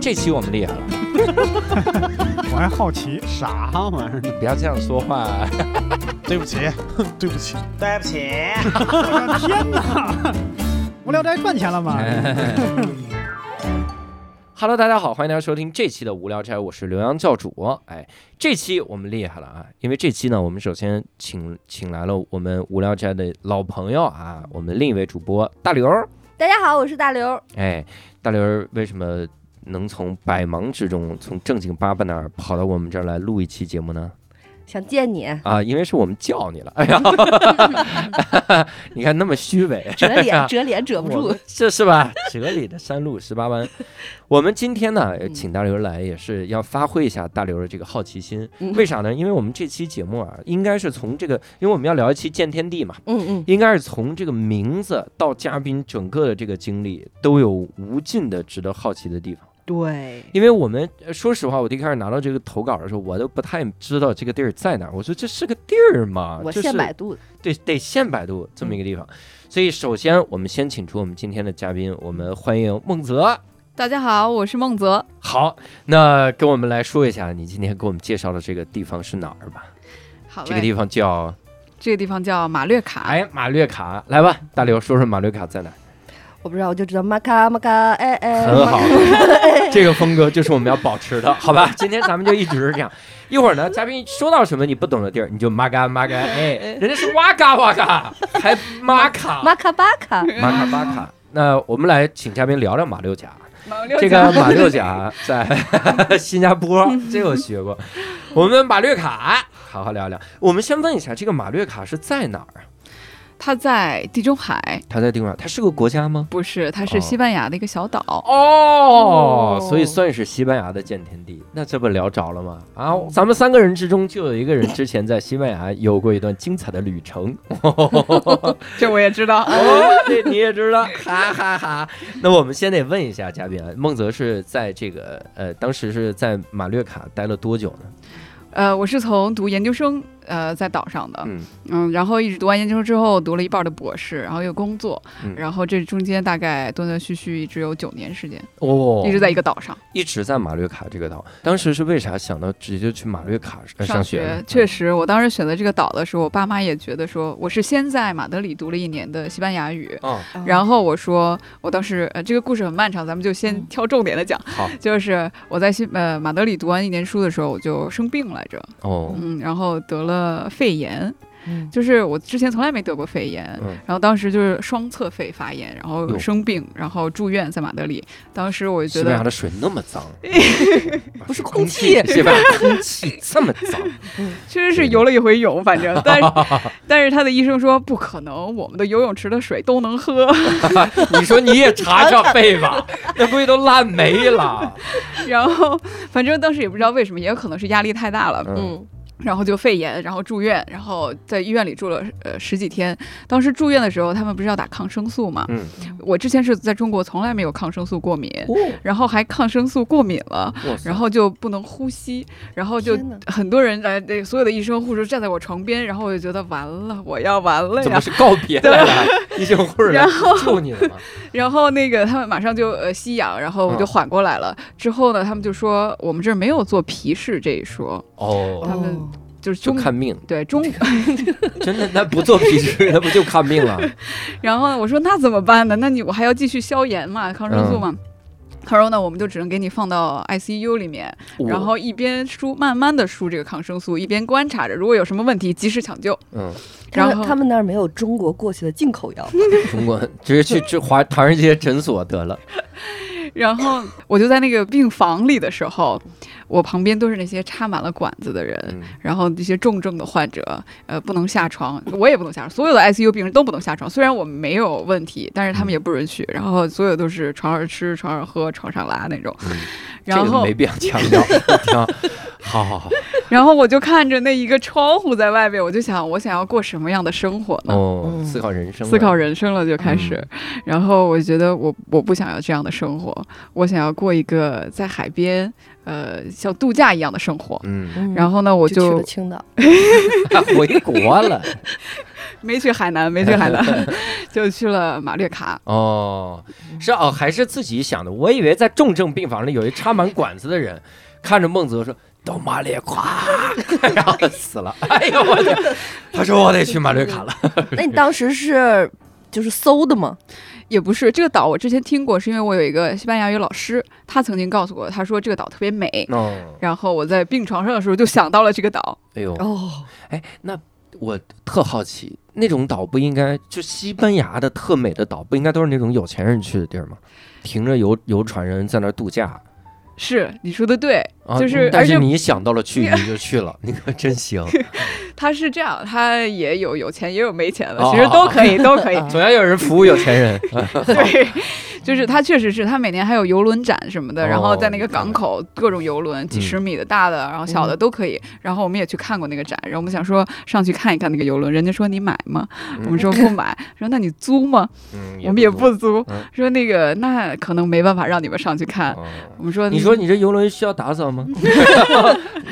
这期我们厉害了，我还好 奇，啥玩意儿？不要这样说话。对不起，对不起，对不起，我的啊天哪！ 哎无聊斋赚钱了吗？ Hello，大家好，欢迎大家收听这期的无聊斋，我是刘洋教主。哎，这期我们厉害了啊，因为这期呢，我们首先请请来了我们无聊斋的老朋友啊，我们另一位主播大刘。大家好，我是大刘。哎，大刘儿为什么能从百忙之中，从正经爸爸那儿跑到我们这儿来录一期节目呢？想见 你，啊，因为是我们叫你了。哎呀， 你看那么虚伪，折脸折脸折不我 住们，这是吧？哲理的山路十八弯。我们今天呢，嗯呃请大刘来也是要发挥一下大刘的这个好奇心。嗯为啥呢？因为我们这期节目啊，应该是从这个，因为我们要聊一期见天地嘛，嗯嗯，应该是从这个名字到嘉宾整个的这个经历都有无尽的值得好奇的地方。对，因为我们呃说实话，我一开始拿到这个投稿的时候，我都不太知道这个地儿在哪儿。我说这是个地儿吗？我就是现百度的，对，得现百度这么一个地方。嗯所以，首先我们先请出我们今天的嘉宾，我们欢迎孟泽。大家好，我是孟泽。好，那跟我们来说一下，你今天给我们介绍的这个地方是哪儿吧？好嘞，这个地方叫这个地方叫马略卡。哎马略卡，来吧，大刘说说马略卡在哪儿？我不知道，我就知道玛卡玛卡，哎哎，很好 Maka，， 这个风格就是我们要保持的，好吧？今天咱们就一直是这样。一会儿呢，嘉宾说到什么你不懂的地儿，你就玛嘎玛嘎，哎，嗯人家是哇嘎哇嘎，还玛卡玛卡巴卡，玛卡巴卡。那我们来请嘉宾聊聊马六甲。马 略这个马六甲 在新加坡，这我学 过。我们马略卡，好好聊一聊。我们先问一下，这个马略卡是在哪儿啊？它在地中海，它在地方上，它是个国家吗？不是，它是哦西班牙的一个小岛。哦哦，所以算是西班牙的见天地。那这不聊着了吗？啊，咱们三个人之中就有一个人之前在西班牙有过一段精彩的旅 程。哦，这我也知道。这哦你也知道， 哈哈哈那我们先得问一下嘉宾啊，孟泽是在这个呃，当时是在马略卡待了多久呢？呃，我是从读研究生，呃，在岛上的，嗯然后一直读完研究生之后，读了一半的博士，然后又工作，嗯然后这中间大概断断续续只有九年时间，哦一直在一个岛上一直在马略卡这个岛。当时是为啥想到直接去马略卡呃上学学？。确实，实，我当时选择这个岛的时候，我爸妈也觉得说，我是先在马德里读了一年的西班牙语，嗯，哦然后我说，我当时呃，这个故事很漫长，咱们就先嗯挑重点的讲。好， 就是我在西呃马德里读完一年书的时候，我就生病来着，哦，嗯，然后得了肺炎，嗯就是我之前从来没得过肺炎，嗯然后当时就是双侧肺发炎，然后哟生病，然后住院在马德里，当时我就西觉班牙得的水那么 脏，不是空空气西班牙空气这么脏， 确实是游了一回泳，反正，但是但是他的医生说不可能，我们的游泳池的水都能喝， 你说你也查查肺吧，那估计都烂没了。然后反正当时也不知道为什么，也有可能是压力太大了，嗯，嗯，然后就肺炎，然后住院，然后在医院里住了呃十几天。当时住院的时候，他们不是要打抗生素嘛？嗯，我之前是在中国从来没有抗生素过敏，哦，然后还抗生素过敏 了，哇塞然后就不能呼吸，然后就天哪很多人来，那所有的医生护士站在我床边，然后我就觉得完了，我要完了怎么呀。是告别来了？医生护士来啊然救你 了吗？然后那个他们马上就呃吸氧，然后我就嗯缓过来了。之后呢，他们就说我们这儿没有做皮试这一说，哦，他们哦就是就中看病，对中真的，那不做皮试， 那不就看病了？然后我说那怎么办呢？那你我还要继续消炎嘛，抗生素嘛。他说呢，我们就只能给你放到 ICU 里面， 然后一边输慢慢的输这个抗生素，一边观察着，如果有什么问题及时抢救。嗯，他然们后他们那儿没有中国过去的进口药，中国直接去这华唐人街诊所得了。然后我就在那个病房里的时候，我旁边都是那些插满了管子的人，嗯然后这些重症的患者，呃，不能下床，我也不能下床，所有的 ICU 病人都不能下床。虽然我没有问题，但是他嗯们也不允许。然后所有都是床上吃、床上喝、床上拉那种。嗯这然后、个没必要强 调， 挺好。好好好，然后我就看着那一个窗户在外边，我就想，我想要过什么样的生活呢？哦，嗯思考人生了，嗯思考人生了就开始，然后我觉得我我不想要这样的生活，我想要过一个在海边，呃，像度假一样 的生活。嗯，嗯然后呢，我就去啊就了青岛，回国了，没去海南，没去海南， 就去了马略卡。哦，是哦，还是自己想的。我以为在重症病房里有一插满管子的人，看着孟泽说：“到马里夸， 然后死 了。”哎呦我的！他说：“我得去马略卡了。 那你当时是就是搜的吗？也不是这个岛，我之前听过，是因为我有一个西班牙语老师，他曾经告诉我，他说这个岛特别美。”哦，然后我在病床上的时候就想到了这个岛，哎呦，哦，哎，那我特好奇，那种岛不应该就西班牙的特美的岛，不应该都是那种有钱人去的地儿吗？停着游游船人在那儿度假。是你说的对，啊、就是但而是且你想到了去，你就去了， 你可真行。他是这样，他也有有钱也有没钱的哦，其实都可以，都可以。总要有人服务有钱人。对，就是他确实是他每年还有游轮展什么的，然哦后在那个港口各种游轮，几嗯十米的、大的，然后小的都可以。然后我们也去看过那个展，然后我们想说上去看一看那个游轮，人家说你买吗？我们说不买，说那你租吗？ 嗯我们也不租嗯，说那个那可能没办法让你们上去看。哦我们说你说。你这游轮需要打扫吗？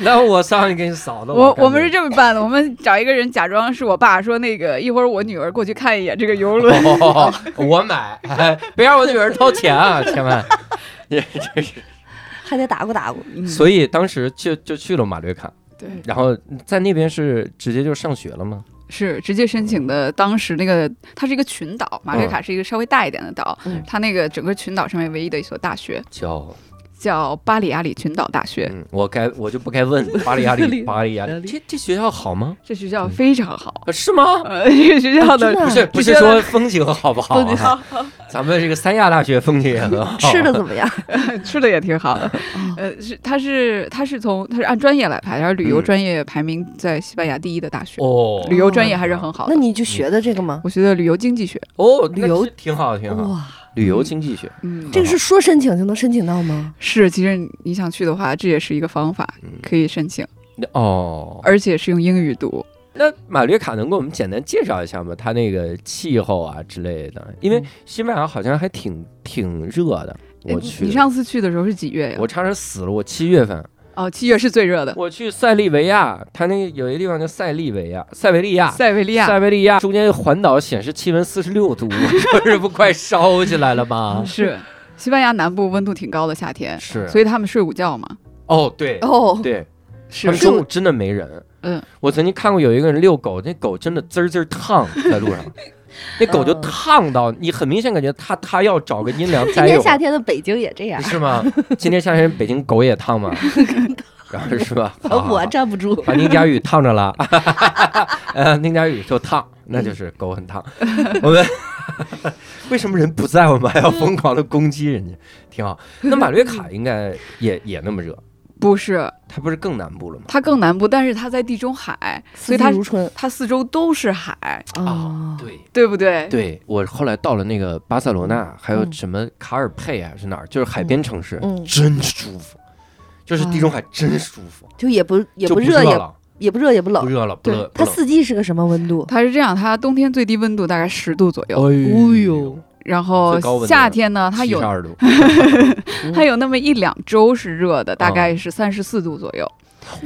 那我上去给你扫的。我感觉我们是这么办的，我们找一个人假装是我爸，说那个一会儿我女儿过去看一眼这个游轮， 哦，我买，哎别让我女儿掏钱啊，千万。还得打鼓打鼓。嗯所以当时就就去了马略卡，对，然后在那边是直接就上学了吗？是直接申请的。当时那个它是一个群岛，马略嗯卡是一个稍微大一点的岛，嗯它那个整个群岛上面唯一的一所大学叫，叫巴里亚里群岛大学。嗯，我该我就不该问巴黎亚里，巴黎亚巴黎里，这这学校好吗？这学校非常好，呃是吗？呃，这个学校真的的不啊是不是学校说风景好不好风景啊？咱们这个三亚大学风景也很哦好。啊吃的怎么样？ 吃的也挺好的，呃，是它是它是从它是按专业来排，它是旅游嗯专业排名在西班牙第一的大学，哦旅游专业还是很好那的。你就学的这个吗？我学的旅游经济学，哦，旅游那是挺好挺好，哇，旅游经济学。嗯，这个是说申请就能申请到吗？是其实你想去的话，这也是一个方法，可以申请，哦，而且是用英语读。那马略卡能给我们简单介绍一下吗？它那个气候啊之类的，因为西班牙好像还挺挺热的。嗯哎我你去你的，上次去的时候是几月呀？我差点死了。我七月份哦，七月是最热的，我去塞利维亚，它那个有一个地方叫塞利维亚，塞维利亚。塞维利亚塞维利亚中间环岛显示气温四十六度，我 这不快烧起来了 吗？是西班牙南部温度挺高的夏天，是，所以他们睡午觉嘛。哦，对，哦， 对，他是们中午真的没人。嗯，我曾经看过有一个人遛狗，那狗真的滋儿滋儿烫在路 上，那狗就烫到你，很明显感觉它它要找个阴凉 嗯今待一天会夏儿，天的北京也这样，是吗？今天夏天北京狗也烫吗？然后是 吧？ 好好好我站不住。把宁佳宇烫着了， 呃，宁佳宇就烫，那就是狗很烫。我 们为什么人不在，我们还要疯狂的攻击人家？挺好。那马略卡应该也也那么热，不是它不是更南部了吗？它更南部，但是它在地中海，所以四它季如春它四周都是海，啊啊，对。对不对？对我后来到了那个巴塞罗那，还有嗯什么卡尔佩啊还是哪儿，就是海边城市，嗯，真舒服，就是地中海真舒服，就也不哎也就不不热也了，也不热也不不冷，热了，不对热，不它冷。四季是个什么温度？它是这样，它冬天最低温度大概十度左右，哎呦，然后最高温度夏天呢，它七有十二度， 它有那么一两周是热的，大啊概是三十四度左右。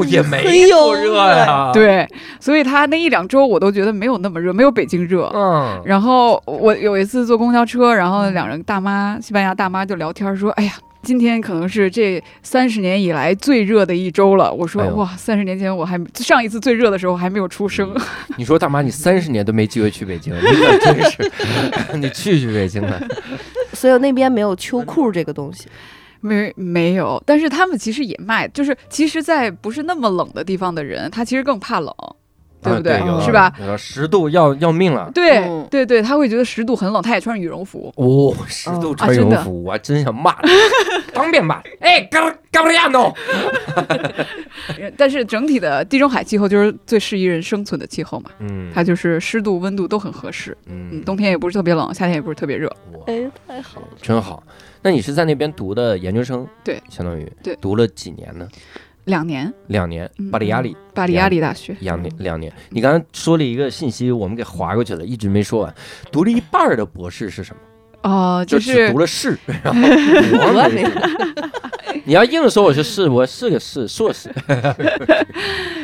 也没很有多热呀。， 对，所以它那一两周我都觉得没有那么热，没有北京热。嗯，然后我有一次坐公交车，然后两人大妈，西班牙大妈就聊天说：“哎呀，今天可能是这三十年以来最热的一周了。”我说：“哎呦嗯哇，三十年前我还上一次最热的时候还没有出生。你说大妈，你三十年都没机会去北京，你可真是， 你去去北京 啊吧。所以那边没有秋裤这个东西。没没有，但是他们其实也卖，就是其实，在不是那么冷的地方的人，他其实更怕冷，对不对？啊有是吧？？有了十度要要命了。对、嗯对对，他会觉得十度很冷，他也穿着羽绒服。哦，十度啊穿羽真绒的服，我还真想骂 你，当面骂你。哎，嘎嘎布利亚诺，但是整体的地中海气候就是最适宜人生存的气候嘛，嗯它就是湿度、温度都很合适。嗯，嗯，冬天也不是特别冷，夏天也不是特别热。哇，哎，太好了！真好。那你是在那边读的研究生？对，相当于对读了几年呢？两年，两年，嗯巴黎亚里巴黎亚里大学，两年两年。你刚刚说了一个信息，我们给划过去了，一直没说完。读了一半儿的博士是什么？哦、就就 只是读了士，然后我没读。你要硬说我是是，我是个是硕士，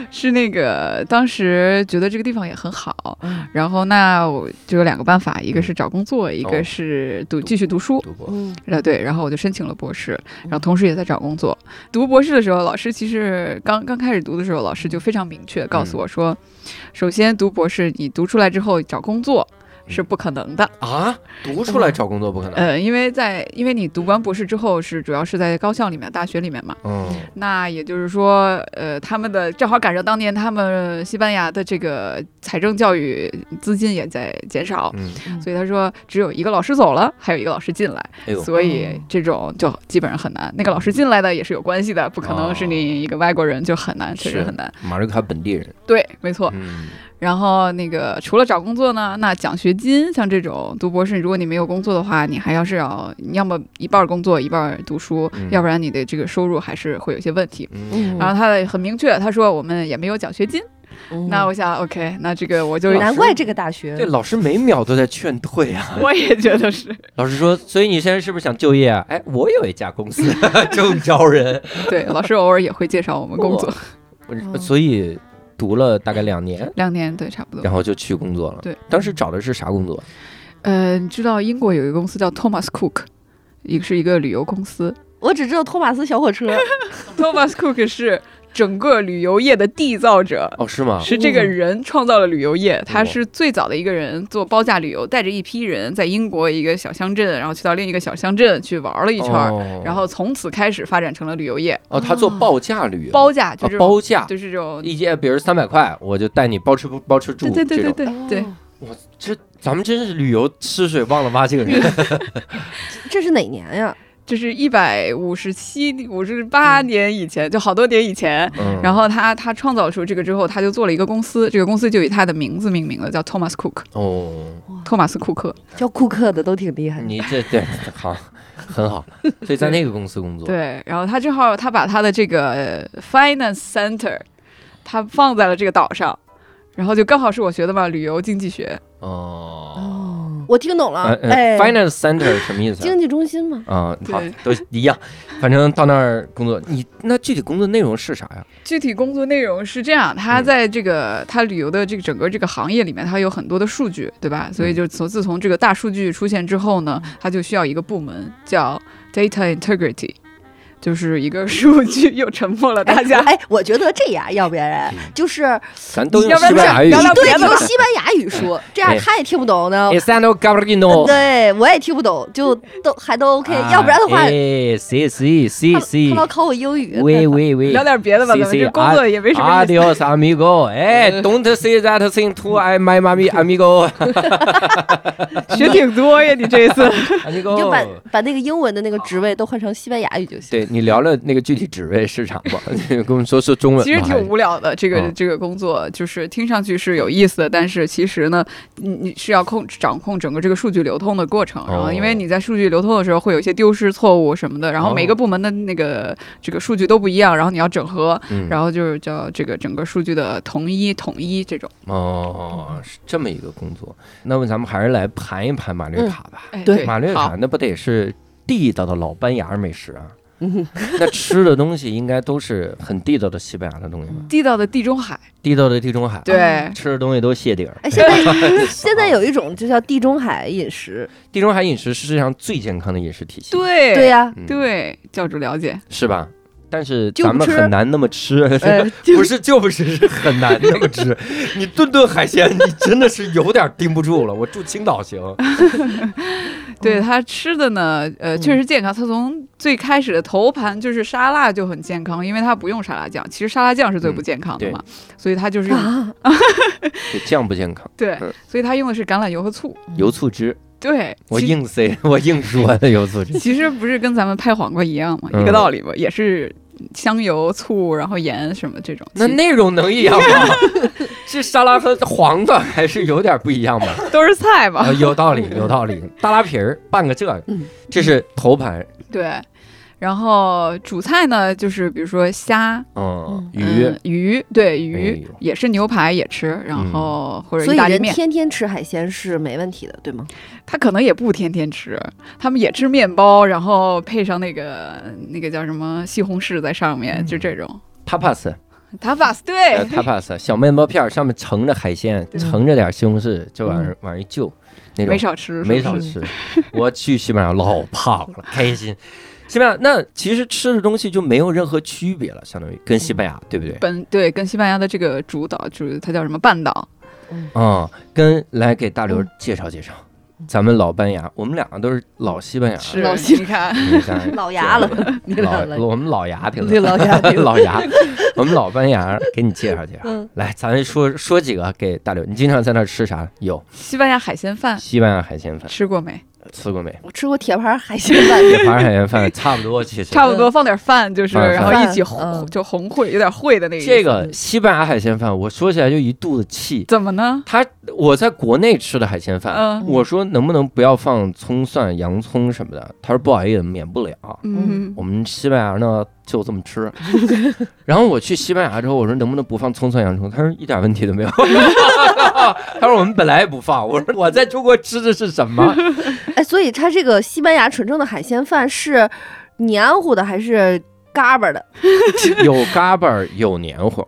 是那个当时觉得这个地方也很好，然后那我就有两个办法，一嗯个是找工作，哦一个是读继续读书。读过嗯啊，对，然后我就申请了博士，然后同时也在找工作。读博士的时候，老师其实刚刚开始读的时候，老师就非常明确地告诉我说，首先读博士，你读出来之后找工作是不可能的。啊？读出来找工作不可能。呃，因为在因为你读完博士之后是主要是在高校里面、大学里面嘛，嗯那也就是说，呃，他们的正好赶上当年他们西班牙的这个财政教育资金也在减少，嗯，所以他说只有一个老师走了，还有一个老师进来，哎呦，所以这种就基本上很难。那个老师进来的也是有关系的，不可能是你一个外国人就很难，确实哦是很难。马瑞卡本地人，对，没错。嗯然后那个除了找工作呢，那奖学金像这种读博士，如果你没有工作的话，你还要是要你要么一半儿工作一半儿读书，嗯要不然你的这个收入还是会有一些问题。嗯然后他很明确，他说我们也没有奖学金。嗯那我想，OK，那这个我就嗯难怪这个大学这老师每秒都在劝退啊！我也觉得 是老师说，所以你现在是不是想就业啊？哎，我有一家 公司正招 人，对。老师偶尔也会介绍我们工作，哦所以读了大概两年，两年对，差不多然。后就去工作了。对，当时找的是啥工作？呃，你知道英国有一个公司叫 Thomas Cook，一个是一个旅游公司。我只知道托马斯小火 车， Thomas Cook 是整个旅游业的缔造者。哦，是吗？是这个人创造了旅游业，他哇是最早的一个人做包价旅游，带着一批人在英国一个小乡镇，然后去到另一个小乡镇去玩了一圈儿，哦然后从此开始发展成了旅游业。哦，他做报价旅游，包价就啊是这种包价，就是这种，一节比如三百块，我就带你包吃不包吃住对对对这对种。哦哦对对，这咱们真是旅游吃水忘了挖井人， 这是哪年呀？这是一百五十七、五十八年以前，就好多年以前。嗯然后他他创造出这个之后，他就做了一个公司，这个公司就以他的名字命名了，叫 Thomas Cook，哦，托马斯库克。教库克的都挺厉害的。你这对好，很好，所以 在那个公司工作，对，然后他正好他把他的这个呃 Finance Center，他放在了这个岛上，然后就刚好是我学的嘛，旅游经济学。哦，哦，我听懂了呃，呃哎， ，finance center 什么意思啊？经济中心嘛，啊，好对，都一样，反正到那儿工作，你那具体工作内容是啥呀？具体工作内容是这样，他嗯在这个他旅游的这个整个这个行业里面，他有很多的数据，对吧？所以就从自从这个大数据出现之后呢，他就需要一个部门叫 data integrity，就是一个数据又沉默了，大家。哎，我觉得这样，要不然就是咱都用要不嗯西然班牙语咱。们你对别你的吧用西班牙 语说，这样哎他也听不懂呢。 Esano 哦 Gabrino， 对我也听不懂，就都还都 OK，要不啊然的话，哎，C C C 他他 C，老考我英语。喂喂喂，聊点别的吧，咱们 CC 这工作也没什么意思。 Adios amigo，哎，Don't say that thing to I my mommy amigo 学挺多呀，你这一次。 你就把 amigo。把那个英文的那个职位都换成西班牙语就行。对你聊聊那个具体职位市场吧， 跟我们说说中文吧。其实挺无聊的，这个、嗯这个工作就是听上去是有意思的，但是其实呢，你你是要控掌控整个这个数据流通的过程，然后因为你在数据流通的时候会有一些丢失、错误什么的，然后哦每个部门的那个这个数据都不一样，然后你要整合，嗯然后就是叫这个整个数据的统一统一这种。哦，是这么一个工作。那么咱们还是来盘一盘马略卡吧。哎，对马略卡好那不得是地道的老班牙美食啊？嗯那吃的东西应该都是很地道的西班牙的东西嗯吧？地道的地中海，地道的地中海，对。吃的东西都谢顶儿。哎，现在 现在有一种就叫地中海饮食，地中海饮食是世界上最健康的饮食体系，对对呀，嗯对教主了解，是吧？但是就不咱们吃很难那么吃， 呃，不是就不吃，是 很难那么吃。你顿顿海鲜，你真的是有点盯不住了。我住青岛行，啊对嗯他吃的呢，呃，确实健康。他从最开始的头盘就是沙拉就很健康，因为他不用沙拉酱。其实沙拉酱是最嗯不健康的嘛，所以他就是用、啊，这酱不健康，对嗯，所以他用的是橄榄油和醋。嗯油醋汁，对，我其硬塞，我硬说的油醋汁。其实不是跟咱们拍黄瓜一样嘛，嗯一个道理嘛，也是香油、醋，然后盐什么这种，那其内容能一样吗？ 是沙拉和黄瓜还是有点不一 样吧？嗯都是菜嘛。嗯啊，有道理，有道理。大拉皮儿拌个这个，这是头盘，对，然后主菜呢，就是比如说虾、嗯，嗯鱼，嗯鱼，对哎鱼呦嗯也是牛排也吃，然后或者所意以大利人面，天天吃海鲜是没问题的，对 吗？他可能也不天天吃，他们也吃面包，然后配上那个那个叫什么西红柿在上面，就这种。 tapas， tapas 对，呃 tapas，小面包片儿上面盛着海鲜，对盛着点西红柿，这往上往上一就，那种嗯没少吃，没是不少是吃。我去西班牙老胖 了，开心。西班牙那其实吃的东西就没有任何区别了，相当于跟西班牙对不对？本对跟西班牙的这个主岛，就是它叫什么半岛，啊、跟来给大刘介绍介绍，咱们老班牙，我们两个都是老西班牙，是老西你看，你看 老牙了，你 老老了，我们老牙挺你老牙挺 老牙，我们老班牙给你介绍介绍。嗯来，咱说说几个给大刘，你经常在那儿吃啥？有西班牙海鲜饭西班牙海鲜饭，吃过没？吃过没？啊我 吃过铁盘海鲜 饭，铁盘海鲜饭差不多， 其实差不多放点饭就是，放点然后饭一起嗯红就红烩，有点烩的那个意思。这个西班牙海鲜饭，我说起来就一肚子气。怎么呢？他我在国内吃的海鲜饭，嗯我说能不能不要放葱蒜、洋葱什么的？他说不好意思，免不了。嗯，我们西班牙呢就这么吃。然后我去西班牙之后，我说能不能不放葱蒜洋葱？他说一点问题都没有。他说我们本来也不放。我说我 在中国吃的是什么？ 哎，所以它这个西班牙纯正的海鲜饭是黏糊的还是嘎巴的？有嘎巴儿，有黏糊，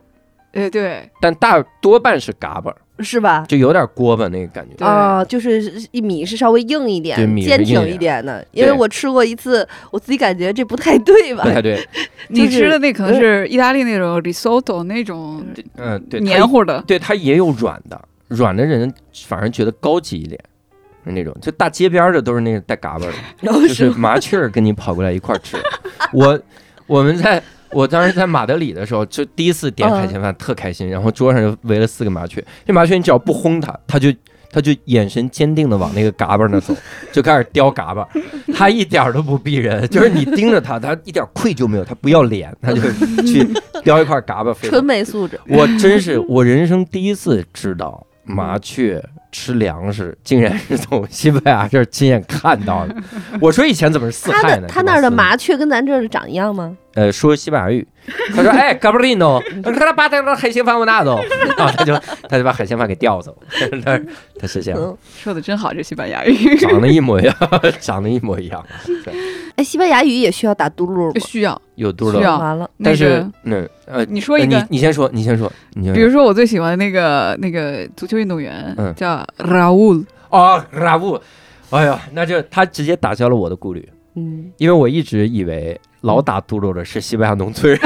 哎对，但大多半是嘎巴儿，是吧？就有点锅巴那个感觉。 对啊、就是一米是稍微硬一点对米、是坚挺硬一一点的，因为对我吃过一次，我自己感觉这不太对吧不？太对，你就是吃的那可能是意大利那种 risotto 那种嗯，对，它黏糊的，对，它也有软的，软的人反而觉得高级一点，是那种就大街边儿的都是那个带嘎巴儿的，然后就是麻雀儿跟你跑过来一块儿吃。我我们在我当时在马德里的时候，就第一次点海鲜饭，特开心，然后桌上就围了四个麻雀，这麻雀你只要不轰它，它就。它就眼神坚定的往那个嘎巴儿那走，就开始叼嘎巴儿，它一点儿都不避人，就是你盯着它，它一点儿愧疚没有，它不要脸，它就去叼一块嘎巴儿飞走。纯美素质，我真是我人生第一次知道麻雀吃粮食，竟然是从西班牙这儿亲眼看到的。我说以前怎么是四他害的呢？他那儿的这帮麻雀跟咱这儿的长一样吗？呃说西班牙语，他说哎 g a b r i n o 他把他的海鲜饭我拿走，然后他就他就把海鲜饭给调走，他他是这样，嗯，说的真好，这西班牙语长得一模一样， 长得一模一样，哎，西班牙语也需要打嘟噜吗？需要。有嘟需噜要。完了，那但是个嗯呃，你说一你个，你先说，你先说，你先比说如说我最喜欢的那个那个足球运动员嗯叫 Raul，哦，拉布，哎呀，那就他直接打消了我的顾虑。嗯，因为我一直以为老打嘟噜的是西班牙农村人。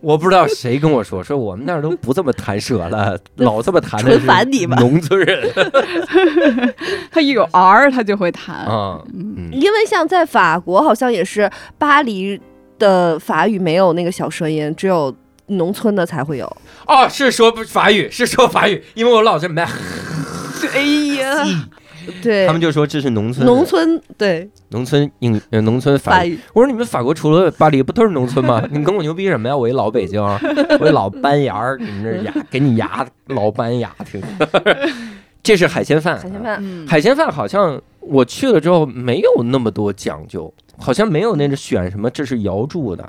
我不知道谁跟我说，说我们那儿都不这么弹舌了，老这么弹的纯反是你吧农村人他一有 R 他就会弹。嗯啊，嗯，因为像在法国，好像也是巴黎的法语没有那个小舌音，只有农村的才 会有。哦，是说不法语，是说法语，因为我老是买，哎呀，对他，们就说这是农村人农村对农村英呃农村法法语。语，我说你们法国除了巴黎不都是农村吗？你跟我牛逼什么呀？我一老北京，我一老班牙儿，你们这牙给你牙老班牙听。 这是海鲜饭，啊海鲜饭嗯，海鲜饭好像我去了之后没有那么多讲究，好像没有那种选什么这是瑶柱的，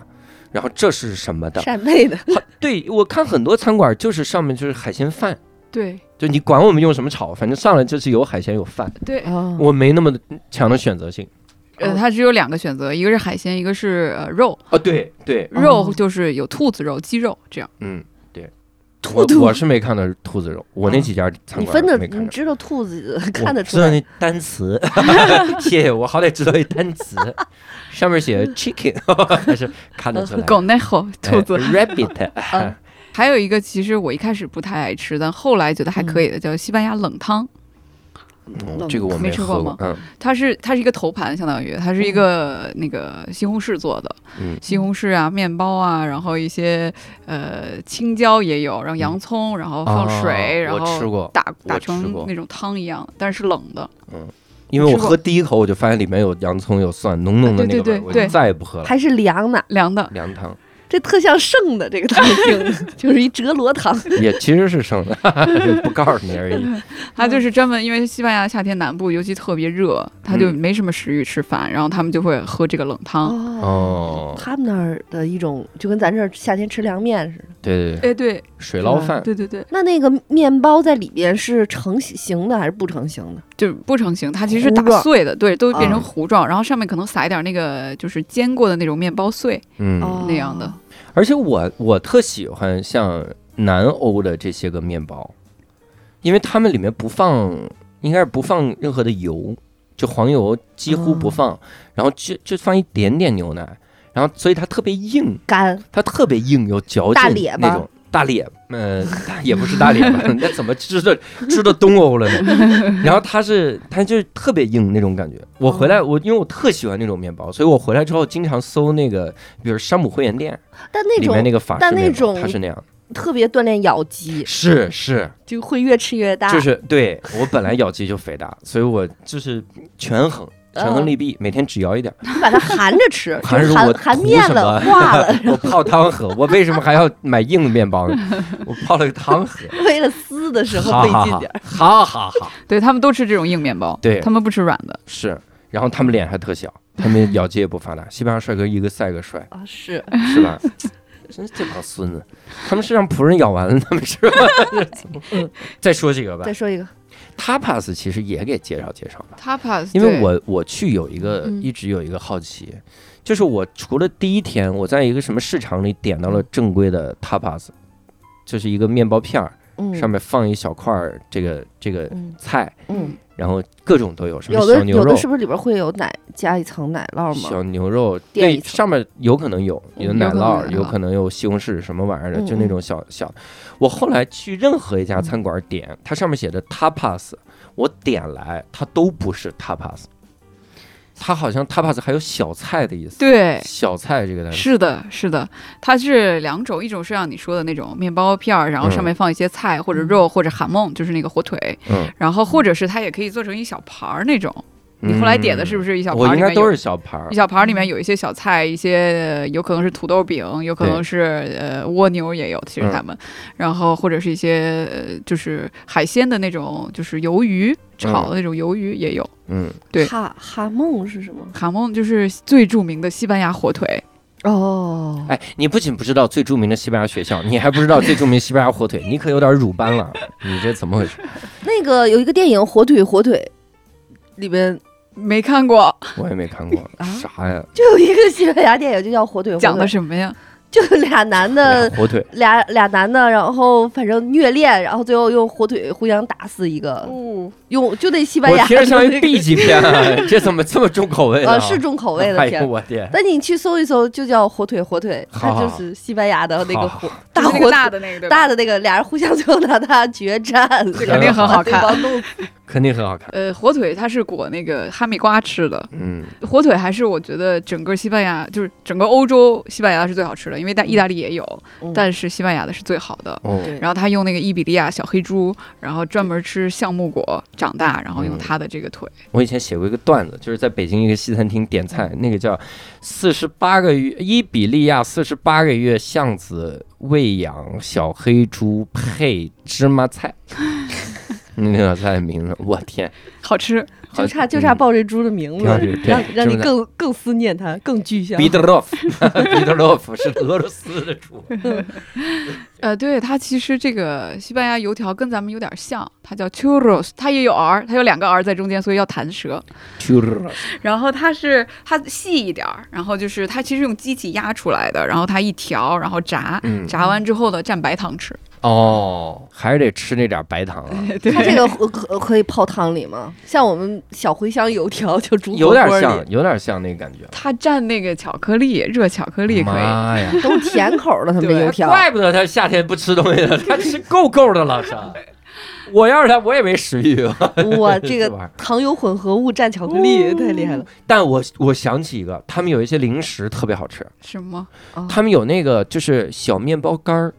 然后这是什么的。扇贝的，好对我看很多餐馆就是上面就是海鲜饭，对就你管我们用什么炒，反正上来就是有海鲜有饭，对，哦，我没那么强的选择性。哦呃，它只有两个选择，一个是海鲜，一个是呃肉，啊，对对，肉就是有兔子肉、鸡肉这样。嗯。对，兔我子我是没看到兔子肉，我那几家餐你馆分的，没看你到。知道兔子我 看得出知道来，那单词， 谢谢我好歹知道一单词，上面写 chicken，还 是看得出来。狗奈吼兔子哎。rabbit， 嗯还有一个，其实我一开始不太爱吃，但后来觉得还可以的，叫西班牙冷汤。嗯冷这个我没吃喝过过吗，嗯它是它是一个头盘，相当于它是一个那个西红柿做的，嗯西红柿啊、面包啊，然后一些呃青椒也有，然后洋葱，然后放嗯啊水，然我吃后过打我打吃过成那种汤一样，但是冷的。因为我吃过喝第一口我就发现里面有洋葱有蒜，浓浓的啊那对个味对儿，我对就再也不喝了。还是凉的。凉的，凉汤，这特像剩的这个糖精， 就是一折罗糖。也其实是剩的， 不告诉你 而已。他就是专门因为西班牙夏天南部尤其特别热，他就嗯没什么食欲吃饭，然后他们就会喝这个冷汤。哦，他们那儿的一种就跟咱这儿夏天吃凉面似的。对对对，哎，对水捞饭，对对对，那那个面包在里边是成型的还是不成型的？就是不成形，它其实是糊状打碎的，对，都变成嗯糊状，然后上面可能撒一点那个就是煎过的那种面包碎。嗯，哦那样的。而且我我特喜欢像南欧的这些个面包，因为他们里面不放，应该是不放任何的油，就黄油几乎哦不放，然后就就放一点点牛奶，然后所以它特别硬，干它特别硬，有嚼大劲列巴那种。大咧，呃， 大也不是大咧 吧？那怎么吃的吃的东欧了呢？然后它是它就是特别硬那种感觉。我回来哦我因为我特喜欢那种面包，所以我回来之后经常搜那个，比如山姆会员店，但那里面种那个法式但面那包种它是那样的，特别锻炼咬肌，是是，就会越吃越大。就是对我本来咬肌就肥大，所以我就是权衡。哦权衡利弊，每天只摇一点儿。你把它含着 吃，就还是含我含图面什么了化了， 我泡汤喝，我为什么还要买硬的面包呢？ 我泡了个汤喝，为了撕的时候哈费哈劲哈点儿。，哈哈哈，对他们都吃这种硬面包，对他们不吃软的。是。然后他们脸还特小，他 们咬肌也不发达。西班牙帅哥一个赛个帅，啊，是是吧？真是这帮孙子，他们是让仆人咬完了，他们是吧？ 再说这个吧再说一个， ，tapas 其实也给介绍介绍吧。 Tapas，因为对我我去有一个嗯一直有一个好奇，就是我除了第一天我在一个什么市场里点到嗯了正规的 tapas，就是一个面包片儿，嗯，上面放一小块儿这个这个嗯菜，嗯，然后各种都有，什么有小的牛有肉的、是不是里边会有奶加一层奶酪吗？小牛肉，垫那一层上面有可能有嗯有奶酪，有有可可啊能有西红柿什么玩意儿的，嗯就那种小小。我后来去任何一嗯家餐馆点，它上面写着 tapas，我点来它都不是 tapas，它好像 tapas 还有小菜的意思。对。小菜这个单词，是的，是的，它是两种，一种是像你说的那种面包片儿，然后上面放一些菜或者肉或者韩梦，就是那个火腿，嗯，然后或者是它也可以做成一小盘儿那种。你后来点的是不是？是一小嗯盘我儿？应里该面有都是小盘儿一。小盘儿里面有一些小菜，一些有可能是土豆饼，有可能是呃蜗牛也有，其实他们，嗯然后或者是一些呃就是海鲜的那种，就是鱿鱼炒的那种鱿鱼也有。嗯，对哈哈梦是什么？卡蒙就是最著名的西班牙火腿，哦，哎，你不仅不知道最著名的西班牙学校，你还不知道最著名西班牙火腿，你可有点鲁班了，你这怎么回事？那个有一个电影《火腿火腿》，里 边没看过，我也没看过，啊啥呀？就有一个西班牙电影就叫《火腿火腿》，讲的什么呀？就俩男的火腿。俩俩男的，然后反正虐恋，然后最后用火腿互相打死一个，哦，用就那西班我牙听着的像一那 B 级片 啊，这怎么这么重口味个呢？呃是重口味 的哎天呦。我天！但你去搜一搜，就叫火腿火腿，好它好就是西班牙的那好个好火就大是那火个大的那个对吧？大的那个，俩人互相最后拿它决战，这肯定很好看把对方弄死肯定很好看。呃，火腿它是裹那个哈密瓜吃的，嗯，火腿还是我觉得整个西班牙，就是整个欧洲西班牙是最好吃的，因为在意大利也有，嗯但是西班牙的是最好的。哦，对然后他用那个伊比利亚小黑猪，然后专门吃橡木果长大，然后嗯用它的这个腿。我以前写过一个段子，就是在北京一个西餐厅点菜，那个叫四十八个月伊比利亚四十八个月巷子喂养小黑猪配芝麻 菜。那道菜的名字，我天，好吃，好嗯就差就差抱这猪的名字挺好吃，对让让真你的更更思念它，更具象。彼得 洛夫，彼得洛夫是俄罗斯的 猪。呃，对它其实这个西班牙油条跟咱们有点像，它叫 churros，它也有 r，它有两个 r 在中间，所以要弹舌。然后它是它细一点儿，然后就是它其实用机器压出来的，然后它一条，然后炸，嗯炸完之后呢蘸白 糖吃。哦，还是得吃那点儿白糖啊。对它这个可可可以泡汤里吗？像我们小茴香油条就煮火有点锅里像，有点像那个感觉。 它蘸那个巧克力，热巧克力可以。妈 呀！都甜口儿的，他们的对油条。怪不得他夏天不吃东西了，他吃够够的 了，是吧。我要是他，我也没食欲。哇，这这玩意个儿糖油混合物蘸巧克力、太厉害了！ 但我我想起一个，他们有一些零食特别好吃，嗯什么？他们有那个就是小面包干儿，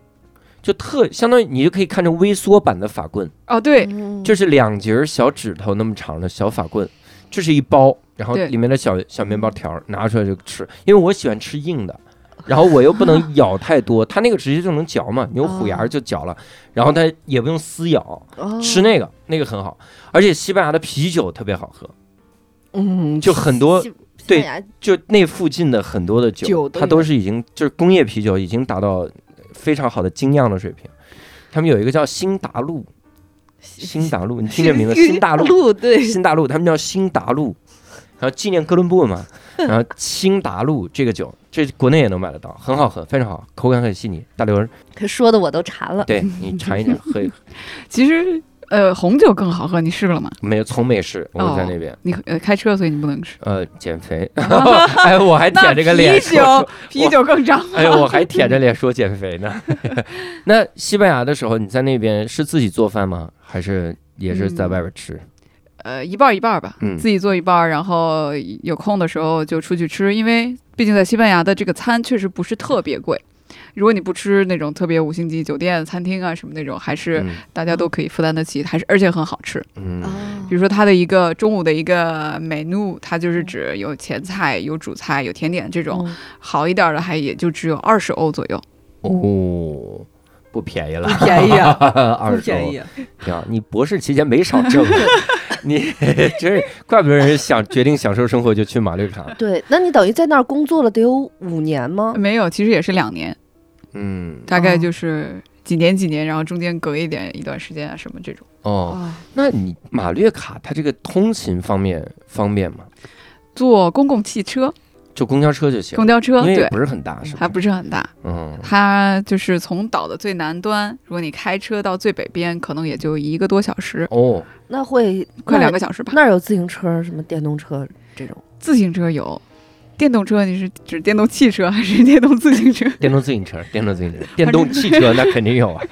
就特相当于你就可以看成微缩版的法棍，哦，对，嗯就是两节儿小指头那么长的小法棍，这是一包，然后对嗯里面的小小面包条儿拿出来就吃，因为我喜欢吃硬的。然后我又不 能咬太多，它那个直接就能嚼嘛，你用虎牙就嚼了，然后它也不用撕咬，哦哦吃那个那个很好，而且西班牙的啤酒特别好喝，嗯，就很多西西对班牙就那附近的很多的酒，酒都它都有是已经就是工业啤酒已经达到非常好的精酿的水平，他们有一个叫新达陆，新达陆，你听这名 字，新大陆，对，新大陆，他们叫新达陆，然后纪念哥伦布 嘛，然后新达陆这个酒，这国内也能买得到，很好喝，非常好，口感很细腻。大 刘儿，可说的我都馋了。对你尝一尝，喝一口。其实呃，红酒更好喝，你试了吗？没有从美食，我哦们在那边。你呃开车，所以你不能吃。呃，减 肥，哎，我还那舔着个脸啤说酒，啤酒更胀。哎呦，我还舔着脸说减肥 呢。那西班牙的时候，你在那边是自己做饭吗？还是也是在外边吃？呃，一半儿一半儿吧，嗯自己做一半儿，然后有空的时候就出去吃，因为毕竟在西班牙的这个餐确实不是特别贵。如果你不吃那种特别五星级酒店、餐厅啊什么那种，还是啊嗯大家都可以负担得起，还是而且很好吃。嗯哦比如说它的一个中午的一个 menu，它就是指有前菜、有主菜、有甜点这种，嗯好一点儿的还也就只有二十欧左右。哦，不便宜了，不 便宜啊，二不十便欧宜。啊。挺好，你博士期间没少挣 啊，你 真是怪不得人想决定享受生活就去马六甲。对，那你等于在那儿工作了得有五年吗？没有，其实也是两年，嗯，大概哦就是几年几年，然后中间隔一点一段时间啊什么这种。哦，啊，那你马略卡它这个通勤方面方便吗？坐公共汽车、就公交车就行公，交车，因为也对，不是很大，是吧？还不是很大。嗯，它就是从岛的最南端，如果你开车到最北边，可能也就一个多小时，哦，那会快两个个小时吧。那儿有自行车、什么电动车这种？自行车有，电动车你是指电动汽车还是电动自行车？ 电动自行车，电动自行车，电动汽车那肯定有啊。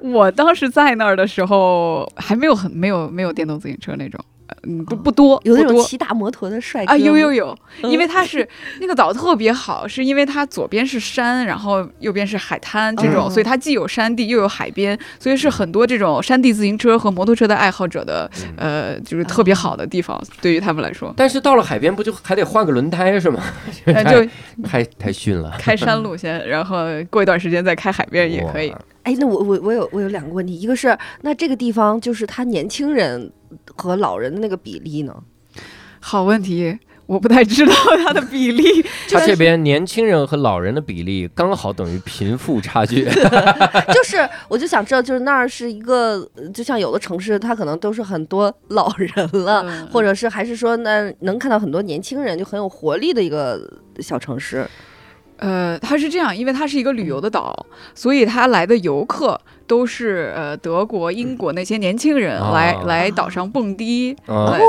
我当时在那儿的时候还没有很没有没有电动自行车那种，呃嗯，不哦不多，有那不种多骑大摩托的帅哥啊，有吗有有，因为嗯它是那个岛特别好，是因为它左边是山，然后右边是海滩这种，嗯所以它既有山地又有海边，所以是很多这种山地自行车和摩托车的爱好者的嗯，呃，就是特别好的地方，对于他们来说但是到了海边不就还得换个轮胎是吗？呃，就太太逊了，开山路线，然后过一段时间再开海边也可以哇。。哎，那我我我有我有两个问题，一个是那这个地方就是他年轻人和老人的那个比例呢？ 好问题，我不太知道它的比例，他这边年轻人和老人的比例刚好等于贫富差 距。就是我就想知道，就是那儿是一个，呃就像有的城市，它可能都是很多老人了，嗯或者是还是说那能看到很多年轻人，就很有活力的一个小城市。呃，它是这样，因为它是一个旅游的岛，嗯所以它来的游客都是呃德国、英国那些年轻人啊来、来岛上蹦迪。哦对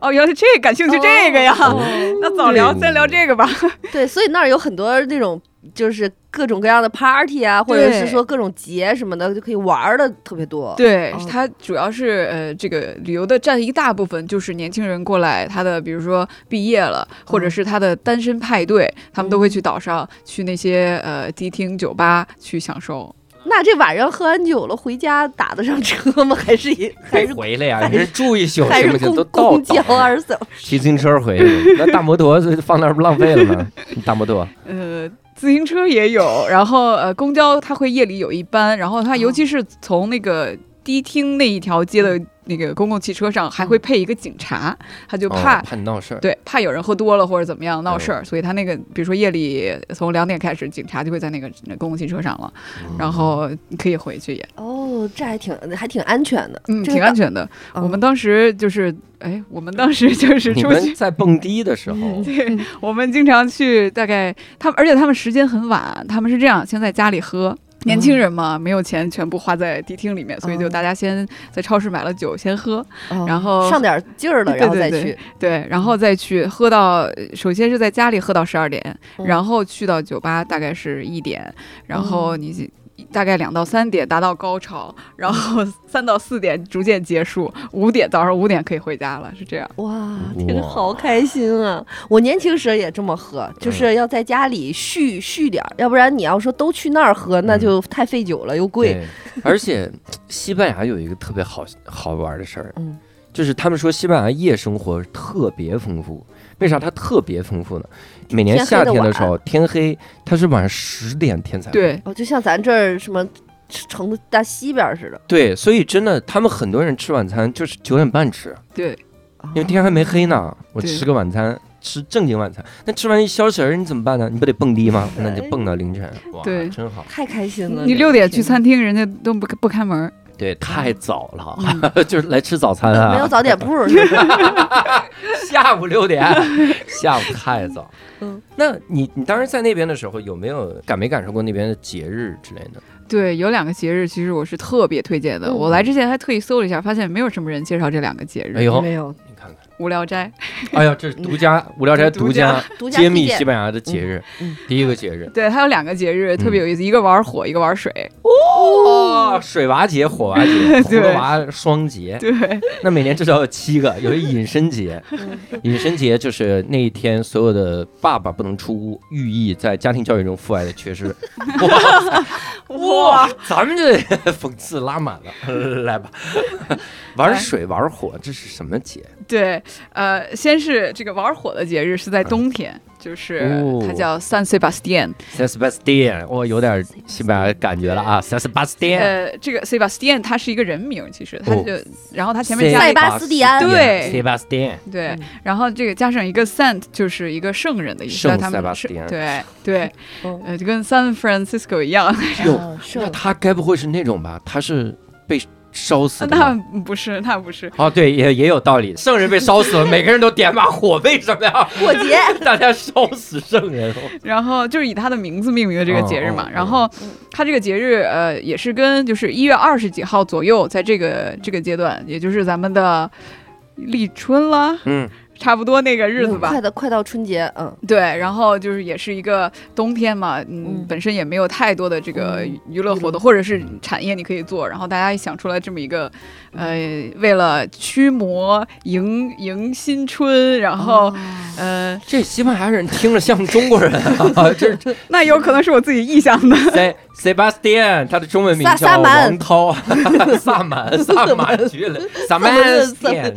哦，原来这个感兴趣这个呀，哦 那早聊再聊这个吧。对，所以那儿有很多那种就是各种各样的 party 啊，或者是对说各种节什么的，就可以玩儿的特别多。对哦，它主要是呃，这个旅游的占一大部分，就是年轻人过来，他的比如说毕业了，或嗯者是他的单身派对，他们都会去岛上去那些呃迪厅、酒吧去享受。那这晚上喝完酒了回家打得上车吗？ 还是一还还是回来呀？你是住一宿还行不是行？公都到公交啊岛二十四小时？骑自行车回去，那大摩托是放那儿不浪费了吗？ 大摩托，呃，自行车 也有，然后呃，公交它会夜里有一班，然后它尤其是从那个迪厅那一条街的嗯那个公共汽车上还会配一个警察，他就哦怕怕你闹事儿。对，怕有人喝多了或者怎么样闹嗯事儿，所以他那个，比如说夜里从两点开始，警察就会在那个公共汽车上了，嗯然后你可以回去也， 哦，这还挺还挺安全的，嗯，这挺个安全的。岛。我嗯们当时就是，哎，我们当时就是哦你出们去，嗯在蹦迪的时候，对，我们经常去，大概他们，而且他们时间很晚，他们是这样，先在家里喝。年轻人嘛，没有钱全部花在迪厅里面，所以就哦大家先在超市买了酒先喝，哦然后上点儿劲儿了，对然后对再对去。对，然后再去喝到，呃首先是在家里喝到十二点，嗯然后去到酒吧大概是一点，然后你。大概两到三点达到高潮，然后三到四点逐渐结束，五点早上五点可以回家了，是这样。哇，哇这个好开心啊！我年轻时也这么喝，嗯就是要在家里续续点儿，要不然你要说都去那儿喝，嗯那就太费酒了，又贵。对，而且西班牙有一个特别好好玩的事儿，嗯就是他们说西班牙夜生活特别丰富，为啥它特别丰富呢？每年天黑夏的天的晚时候，天黑，它是晚上十点天才对，哦，就像咱这儿什么城的大西边儿似的，对，所以真的，他们很多人吃晚餐就是九点半吃，对，因为天还没黑呢。我对吃个晚餐，吃正经晚餐，那吃完一消食儿，你怎么办呢？你不得蹦迪吗？那你就蹦到凌晨，哎哇，对真好。太开心了。你六点去餐。餐厅，人家都不不开门儿。对，太早了，嗯 就是来吃早餐啊，没有早点铺儿是吧？下午六点， 下午太早。嗯， 那你你当时在那边的时候，有没有感没感受过那边的节日之类的？对，有两个节日，其实我是特别推荐的。嗯我来之前还特意搜了一下，发现没有什么人介绍这两个节日。哎 呦，没有，你看看，无聊斋，哎呀，这是独家无聊斋独独家独家揭推秘荐西班牙的节日嗯，第一个节日对，它有两个节日嗯特别有意思，一个玩火，一个玩水。哦，水娃节、火娃 节、葫芦娃双节，对， 那每年至少有七个，有一隐身节。嗯 隐身节就是那一天所有的爸爸不能出屋，寓意在家庭教育中父爱的缺 失。哇哇，咱们这 讽刺拉满了，来吧，玩水玩火，这是什么节？对，呃，先是这个玩火的节日是在冬天，就是嗯哦它叫 San Sebastian，、塞斯巴斯蒂安，我有点西班牙感觉了啊，塞斯巴斯蒂安。呃，这个 Sebastian 他是一个人名，其实他哦就，然后他前面加塞了一巴斯蒂安对塞巴斯蒂安，对嗯，然后这个加上一个 Saint 就是一个圣人的意思，圣哦那他塞巴们斯是蒂安对对，嗯呃，就跟 San Francisco 一 样，哟啊是那他该不会是那种吧？他是被烧死的吧。那不是那不是，哦，对，也也有道理。圣人被烧死了，每个人都点把火，为什么呀？过节， 大家烧死圣人。哦然后就是以他的名字命名的这个节日嘛哦哦。然后他这个节日，呃，也是跟就是一月二十几号左右，在这个这个阶段，也就是咱们的立春啦，嗯，差不多那个 日子吧快。到快到春节，嗯，对，然后就是也是一个冬天嘛，嗯，嗯本身也没有太多的这个嗯娱乐活动、或者是产业你可以做，然后大家一想出来这么一个，呃，为了驱魔迎迎新春，然后、呃，这西班牙人听着像中国人啊， 这是那有可能是我自己臆想的，塞 Sebastian，他的中文名萨叫萨满王涛，萨满萨满去了，萨满 Sebastian，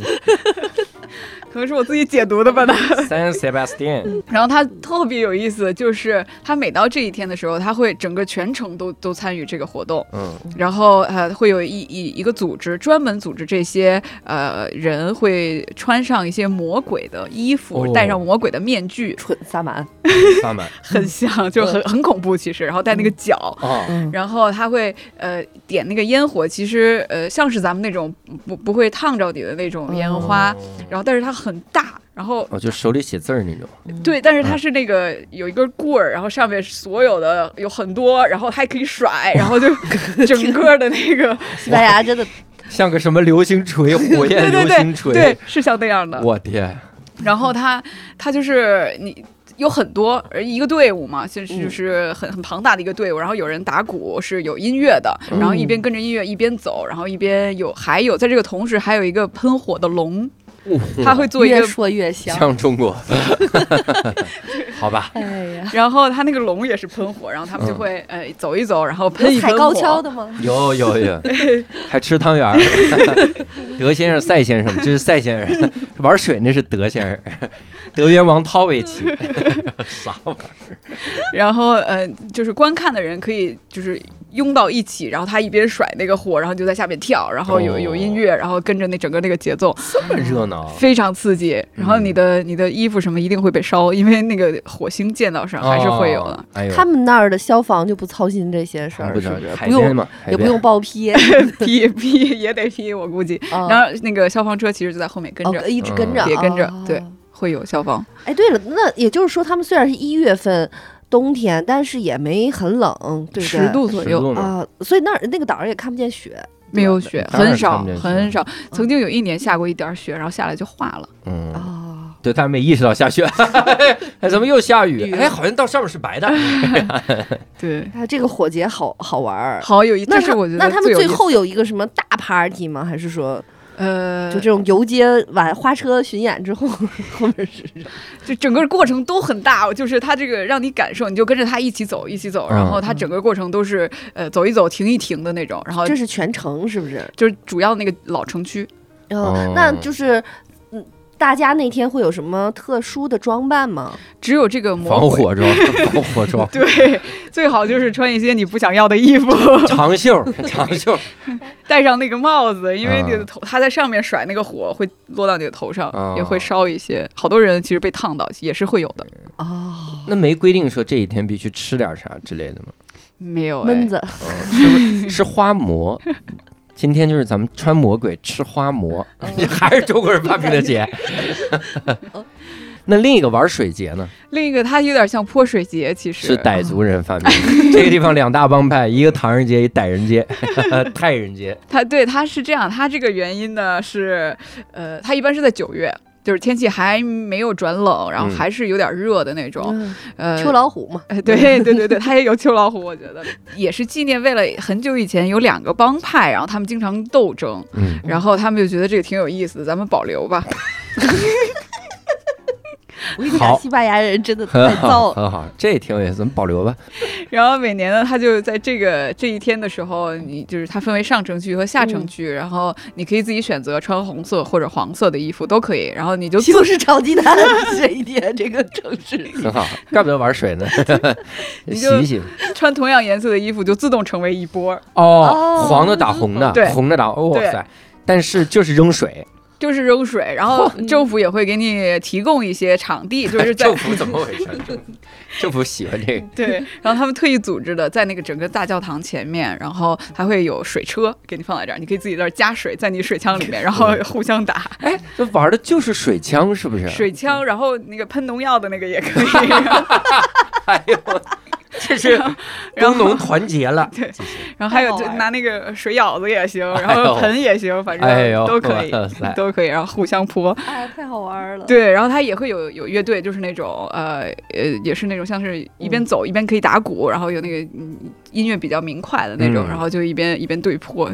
可能是我自己解读的吧。那 San Sebastian， 然后它特别有意思，就是它每到这一天的时候，它会整个全程都都参与这个活动，嗯，然后呃会有一一一个组织专门组织这些呃人会穿上一些魔鬼的衣服，哦戴上魔鬼的面具，蠢萨满，萨满很像，就很很恐怖其实，然后戴那个角。哦，嗯，然后他会呃点那个烟火，其实呃像是咱们那种不不会烫着你的那种烟花，然后但是它很大，然后哦，就手里写字儿那种，对，但是嗯它是那个有一根棍儿，然后上面所有的有很多，然后它还可以甩，然 后就整个的那个， 西班牙真的像个什么流星锤，火焰对对流星对锤，对，是像那样的。我天，然后它它就是你。有很多呃一个队伍嘛，就是嗯就是很很庞大的一个队伍，然后有人打鼓是有音乐的，嗯然后一边跟着音乐一边走，然后一边有还有在这个同时还有一个喷火的龙，哦它会做一越个说越像，像中国， 好 吧，哎呀，然后它那个龙也是喷火，然后他们就嗯会、呃走一走，然后喷有一踩喷高火嗯跷的吗？有有 有，还吃汤圆儿。 德先生、赛先生，这是赛先 生；玩水那是德先 生，德元王涛维奇。啥玩意儿？然后呃，就是观看的人可以就是拥到一起，然后他一边甩那个火，然后就在下面跳，然后有哦有音乐，然后跟着那整个那个节奏，哦这么热闹？非常刺激。嗯然后你的你的衣服什么一定会被烧，因为那个火星溅到上还是会有的哦。。哎呦，他们那儿的消防就不操心这些事他们儿，不是知道不是？海不边用，嘛，海也不边用 报批，劈劈 也得劈，我估计。然然后那个消防车其实就在后面跟着，哦嗯一直跟着，也跟着哦对会有消防。哎，对了，那也就是说，他们虽然是一月份冬天，但是也没很冷，对不对？十度左十右，度嘛。啊、所以那儿那个岛上也看不见雪，没有雪，当然很少看不见雪很嗯少。曾经有一年下过一点儿雪，然后下来就化了。啊、嗯，对，他没意识到下雪，哎，怎么又下雨？雨哎，好像到上面是白的。对，啊，这个火节好好玩儿。好有意思。那这是他我觉得那他们有意最思后有一个什么大 party 吗？还是说呃，就这种游街晚花车巡演之后， 后面是就整个过程都很大，就是他这个让你感受，你就跟着他一起走，一起走，嗯然后他整个过程都是呃走一走，停一停的那种，然后这是全程是不是？就是主要那个老城区，然哦后那就是，嗯，大家那天会有什么特殊的装扮吗？只有这个魔防鬼。火装，防火装， 对，最好就是穿一些你不想要的衣服， 长袖，长袖，戴上那个帽子，因为你啊的头，它在上面甩那个火会落到你的头上，啊也会烧一些。好多人其实被烫到也是会有的，哦，那没规定说这一天必须吃点啥之类的吗？没有、哎、闷子，嗯是不 是吃花馍？今天就是咱们穿魔鬼吃花馍，哦还是中国人发明的节。 那另一个玩水节呢，另一个，它有点像泼水节，其实是傣族人发明的。 这个地方两大帮派，一个唐人街，一傣人街、 泰人街。它对它是这样，它这个原因呢是，呃，它一般是在九月，就是天气还没有转冷，然后嗯还是有点热的那种，嗯呃，秋老虎嘛，哎，对对对对，他也有秋老虎，我觉得 也是纪念。为了很久以前有两个帮派，然后他们经常斗争，嗯，然后他们就觉得这个挺有意思的，咱们保留吧。 我跟你好讲，西班牙 人真的很太好，燥了。很好，这也挺有意思，咱们保留吧。然后每年呢，他就在这个这一天的时候，你就是它分为上城区和下嗯城区，然后你可以自己选择穿红色或者黄色的衣服都可以，然后你就自就是炒鸡蛋 这一天，这个城市里很好，怪不得玩水呢， 你就洗一洗。 穿同样颜色的衣服就自动成为一波，哦，黄的打红的对，红的打，哦哇对塞！但是就是扔水，就是扔水。然后政府也会给你提供一些场地，就是在 政府怎么回事？政府喜欢这个， 对，然后他们特意组织的，在那个整个大教堂前面，然后还会有水车给你放在这儿，你可以自己在这儿加水，在你水枪里面，然后互相打哎，这玩的就是水枪，是不是？水枪，然后那个喷农药的那个也可以。 哎呦，这是然工后农团结了。然后还有太就好玩拿那个水舀子也行，哎然呦后盆也行，反哎呦正都可以哇塞，都可以，然后互相泼。 哎呀，太好玩了。对，然后他也会有有乐队，就是那种呃呃，也是那种像是一嗯边走一边可以打鼓，然后有那个嗯音乐比较明快的那种，嗯然后就一边一边对破。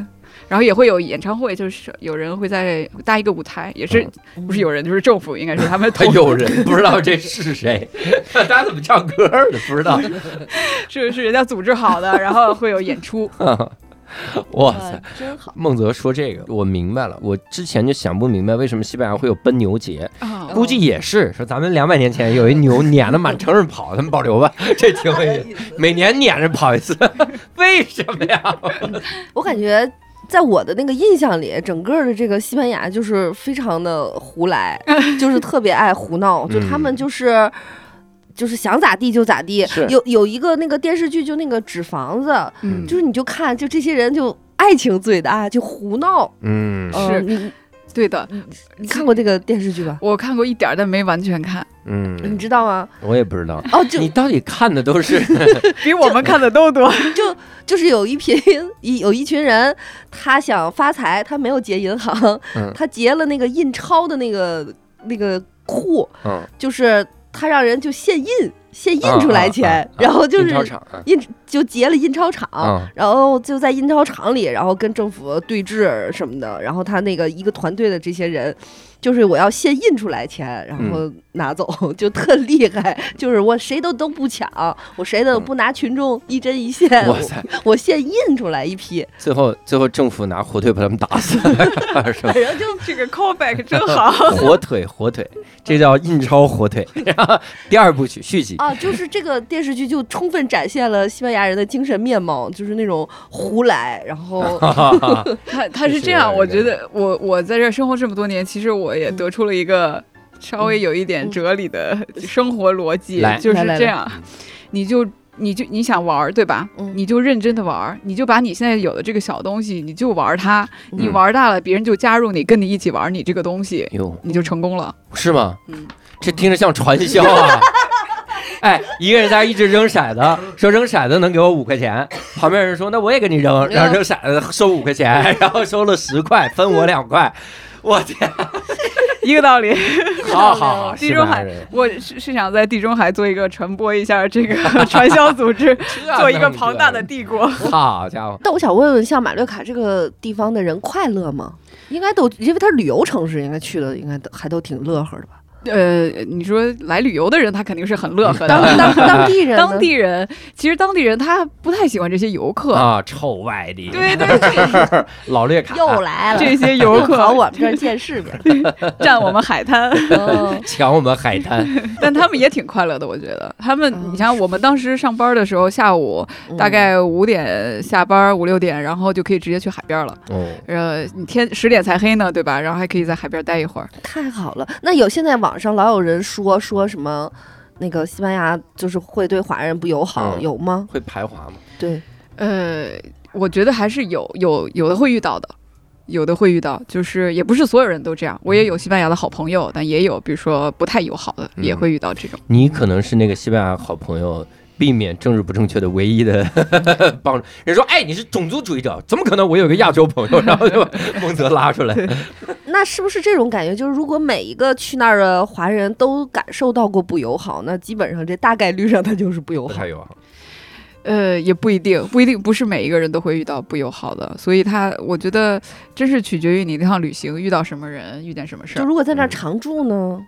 然后也会有演唱会，就是有人会在搭一个舞台，也是、嗯不是有人，就是政府应该是他们 他统有人不知道这是 谁，大家怎么唱歌的不知道。 是是人家组织好的，然后会有 演出。 哇哇塞！，呃真好。嗯孟泽说这个，我明白了。我之前就想不明白为什么西班牙会有奔牛节，啊估计也是说咱们两百年前有一牛撵的满城市跑，他们保留吧，这挺有意思。每年撵着跑一 次，为什么呀？我感觉在我的那个印象里，整个的这个西班牙就是非常的胡来，就是特别爱胡闹，就他们就是。就是想咋地就咋地嗯是，有有一个那个电视剧，就那个纸房子，嗯就是你就看，就这些人就爱情最大，就胡闹。嗯呃是你对的，你看过这个电视剧吧？我看过一点儿，但没完全 看，你嗯，知道吗？我也不知道。哦，就你到底看的都是比我们看的都多。就就是有一群一有一群人，他想发财，他没有结银行，嗯他结了那个印钞的那个那个库，嗯，就是 他让人就现印现印啊出来啊钱，啊然后就是印钞厂啊印就结了印钞厂。啊，然后就在印钞厂里，然后跟政府对峙什么的。然后他那个一个团队的这些人，就是我要现印出来钱，然后嗯拿走， 就特厉害。就是我谁都都不抢，我谁都不拿群众一针一线，嗯哇塞！我我现印出来一批，最后最后政府拿火腿把他们打死，是 吧？哎反正就这个 callback 真好，火腿火腿，这叫印钞火腿。 然后第二部曲续集，啊，就是这个电视剧就充分展现了西班牙人的精神面貌，就是那种胡来，然 后他他这是是这样，有我点觉得我我在这儿生活这么多年，其实我嗯也得出了一个稍微有一点哲理的 生活逻辑，来嗯就是嗯来来这样，你就。你就你想玩儿对吧？嗯你就认真的玩儿，你就把你现在有的这个小东西，你就玩儿它。你嗯玩儿大了，别人就加入你，跟你一起玩儿你这个东西，哟，你就嗯成功了。 是吗？嗯，这听着像传销啊！ 哎，一个人在那一直扔骰子，说扔骰子能给我五块钱，旁边人说那我也给你嗯扔，然后扔骰子收五块 钱，然后收了十块，分我两块。我天，一个道理。好好好，地西中班牙海人，我是是想在地中海做一个传播一 下这个传销组织，做一个庞大的帝国。 好家伙，但我想问问，像马略卡这个地方的人快乐吗？应该都，因为它是旅游城市，应该去的应该都还都挺乐呵的吧？呃，你说来旅游的人，他肯定是很 乐呵的。啊当 当当地人呢，当地人其实当地人他不太喜欢这些游客，啊，臭外地，对对对，老略卡，又来了，这些游 又跑客我们这儿见世 面。占我们海滩，哦抢我们海滩，但他们也挺快乐的，我觉得。他们，嗯你像我们当时上班的时候，下午嗯大概五点下班，五六点，然后就可以直接去海边了。哦，呃，你天十点才黑呢，对吧？然后还可以在海边待一会儿。嗯太好了。那有现在网上老有人说说什么？那个西班牙就是会对华人不友好，嗯有吗？会排华吗？对，呃，我觉得还是有有有的会遇到的，有的会遇到，就是也不是所有人都这样。我也有西班牙的好朋友，但也有比如说不太友好的，嗯也会遇到这种。你可能是那个西班牙好朋友。避免政治不正确的唯一的 帮助，人说：“哎，你是种族主义者，怎么可能？我有个亚洲朋友，然后就把 孟泽拉出来。那是不是这种感觉？就是如果每一个去那儿的华人都感受到过不友好，那基本上这大概率上他就是不友不好太。友好。呃，也不一定，不一定，不是每一个人都会遇到不友好的，所以他，我觉得真是取决于你那趟旅行遇到什么人，遇见什么事就儿。如果在那儿常住呢，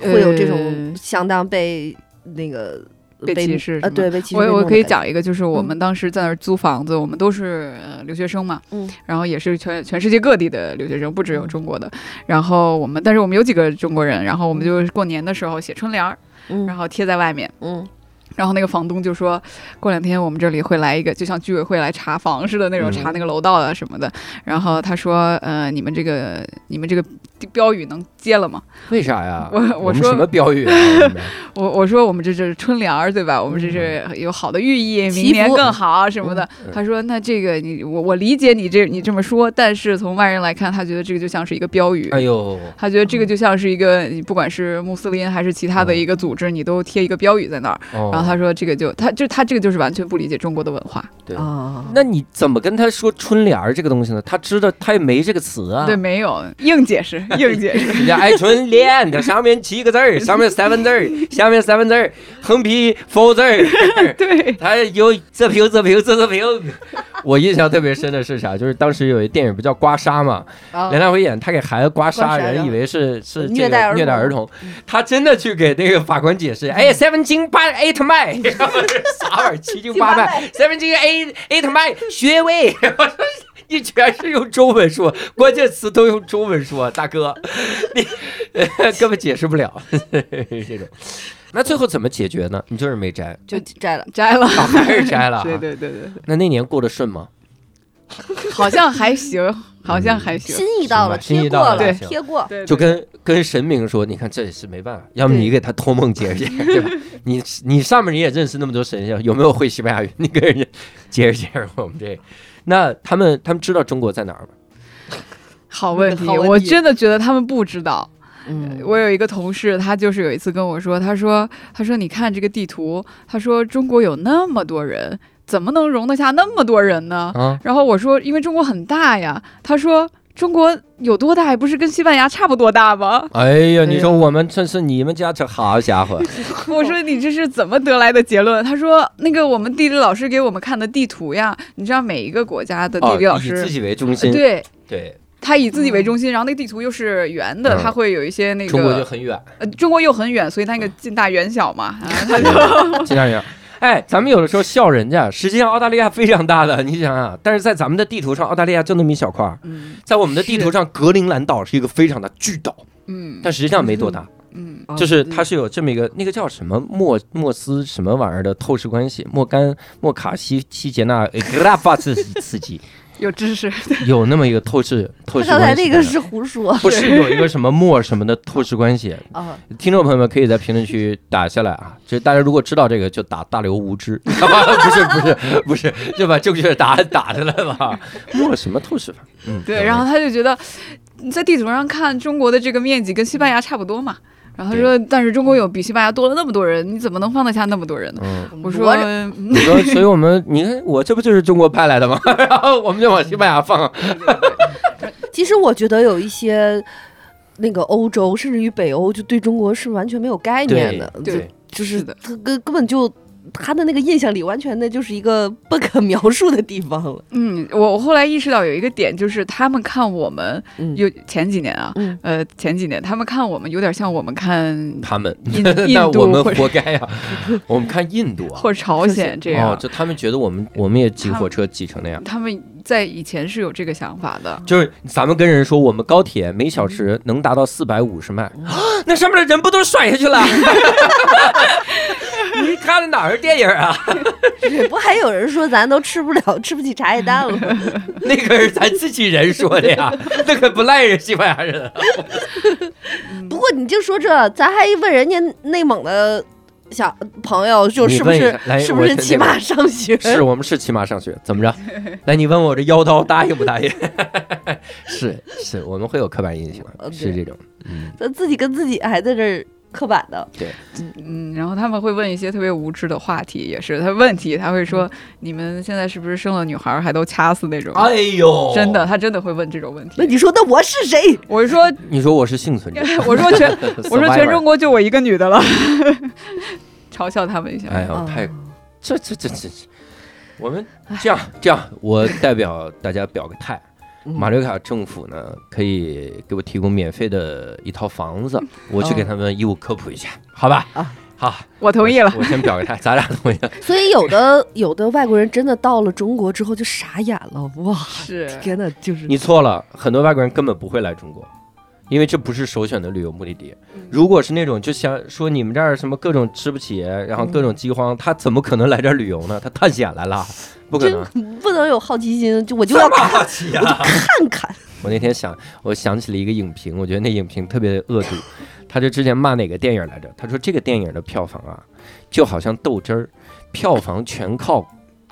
嗯会有这呃种相当被那个被歧视啊，是吗对，被歧视。我被我弄的可以感觉，嗯讲一个，就是我们当时在那儿租房子，我们都是呃留学生嘛，嗯然后也是全全世界各地的留学生，不只有中国的。然后我们，但是我们有几个中国人，然后我们就是过年的时候写春联儿，嗯，然后贴在外面。嗯，然后那个房东就说，过两天我们这里会来一个，就像居委会来查房似的那种，嗯查那个楼道啊什么的。然后他说，呃，你们这个你们这个标语能接了吗？为啥呀？我我们说什么标 语啊？我们我我说我们这这是春联儿对吧？我们这是有好的寓意，祈明年福更好什么的嗯。他说那这个你我我理解你这你这么说，但是从外人来看，他觉得这个就像是一个标语。哎呦，嗯他觉得这个就像是一个，你不管是穆斯林还是其他的一个组织，你都贴一个标语在那儿。哦然后他说这个就他就他这个就是完全不理解中国的文化，对啊，那你怎么跟他说春联儿这个东西呢？他知道他也没这个词啊。对，没有硬解释，硬 解释。人家哎爱春联，它上面七个字儿，上面三分字儿，下面三分字儿，横批 four 字儿，对，它有这瓶这瓶这这瓶。 我印象特别深的是啥？就是当时有一电影不叫《刮痧》嘛，啊梁朝伟演，他给孩子刮刮痧，痧人以为是是这个虐待儿童虐待儿童，他真的去给那个法官解释，哎，seven 经八 eight 脉，然后是啥玩意儿，七经八脉，seven 经 eight eight 脉，穴位， 然后说你全是用中文说，关键词都用中文说，大哥，你、 呃根本解释不了 这种。那最后怎么解决呢？你就是没摘，就摘了。摘了。啊还是摘了啊。对对对对对，那那年过得顺吗？好像还行，好像还行。心意到了，心意贴到过了了，对贴过。对，对嗯 就跟跟神明说，你看这也是没办法，要么对你给他托梦解释解释， 对吧？你你上面你也认识那么多神仙，有没有会西班牙语？你给人家解释解释我们这。那他们他们知道中国在哪儿吗？好问题，好问题我真的觉得他们不知道。嗯我有一个同事，他就是有一次跟我说，他说，他说你看这个地图，他说中国有那么多人，怎么能容得下那么多人呢？啊，然后我说，因为中国很大呀。他说，中国有多大，不是跟西班牙差不多大吗？哎呀，你说我们真是你们家这好家伙，我说你这是怎么得来的结论？他说，那个我们地理老师给我们看的地图呀，你知道每一个国家的 地哦，理老以师，自己为中呃心，对。对，他以自己为中心，然后那个地图又是圆的，嗯它会有一些那个中国就很 远，呃，中国又很远，所以它那个近大远小嘛，啊， 它就这样样。 哎，咱们有的时候笑人家，实际上澳大利亚非常大的，你想想、但是在咱们的地图上，澳大利亚就那么一小块儿，嗯在我们的地图上，格陵兰岛是一个非常大巨岛，嗯但实际上没多大。嗯哦就是它是有这么一个那个叫什么莫莫斯什么玩意儿的透视关系，莫甘莫卡西西杰纳呃格拉法刺刺激，有知识，有那么一个透视透他视刚才关系那在个那儿。是胡说不是有一个什么莫什么的透视关系，啊，听众朋友们可以在评论区打下来啊。就大家如果知道这个，就打大刘无知， 不是不是不是，就把正确答案打下来吧。莫什么透视法？嗯，对，然后他就觉得你在地图上看中国的这个面积跟西班牙差不多嘛，然后他说，但是中国有比西班牙多了那么多人，你怎么能放得下那么多人呢？嗯，我说我，嗯你说，所以我们你看我这不就是中国派来的吗？ 然后我们就往西班牙放，啊其实我觉得有一些那个欧洲，甚至于北欧，就对中国是完全没有概念的，就对，就是是的他根根本就他的那个印象里，完全的就是一个不可描述的地方了。嗯，我我后来意识到有一个点，就是他们看我们嗯有前几年啊，嗯呃，前几年他们看我们有点像我 们看他们，印 印那我度们或者活该呀。 我们看印度啊， 或朝鲜这样。哦，就他们觉得我们我们也挤火车挤成那样。他们在以前是有这个想法的，就是咱们跟人说，我们高铁每小时能达到四百五十迈， 啊那上面的人不都甩下去了？ 你看的哪儿电影啊？是 不还有人说咱都吃不了， 吃不起茶叶蛋了 吗？那个是咱自己人说的 呀，那可不赖人西班牙人。啊不过你就说这，咱还问人家内蒙的小朋友，就你是不问一是下来是不我是先骑那个马上 学？是我们是骑马上学，怎么 着？来，你问我这腰刀答应不 答应？是是，我们会有刻板印象，呃对是这种。嗯，咱自己跟自己还在这儿刻板的，嗯，然后他们会问一些特别无知的话题，也是他问题，他会说、你们现在是不是生了女孩儿还都掐死那种？嗯哎呦，真的，，他真的会问这种问那题。你说那我是谁？我是说，你说我是幸存者，我说全， 我说全 Survivor 中国就我一个女的了， 嘲笑他们一下。哎呦，哦太这这这这，这我哎们这样这样，我代表大家表个态。嗯马六卡政府呢，可以给我提供免费的一套房 子，我去哦给他们义务科普一下，好吧啊？好，我同意了。我先表个态，咱俩同意。所以有的有的外国人真的到了中国之后就傻眼了，哇！是天呐，就是你错了，很多外国人根本不会来中国，因为这不是首选的旅游目的地。如果是那种就想说你们这儿什么各种吃不起，然后各种饥荒，他怎么可能来这儿旅游呢？他探险来了，不可真 能。不能有好奇心，就我就要这么看好奇啊！看。我那天想，我想起了一个影评，我觉得那影评特别恶毒。 他就之前骂哪个电影来着？他说这个电影的票房啊，就好像豆汁儿，票房全靠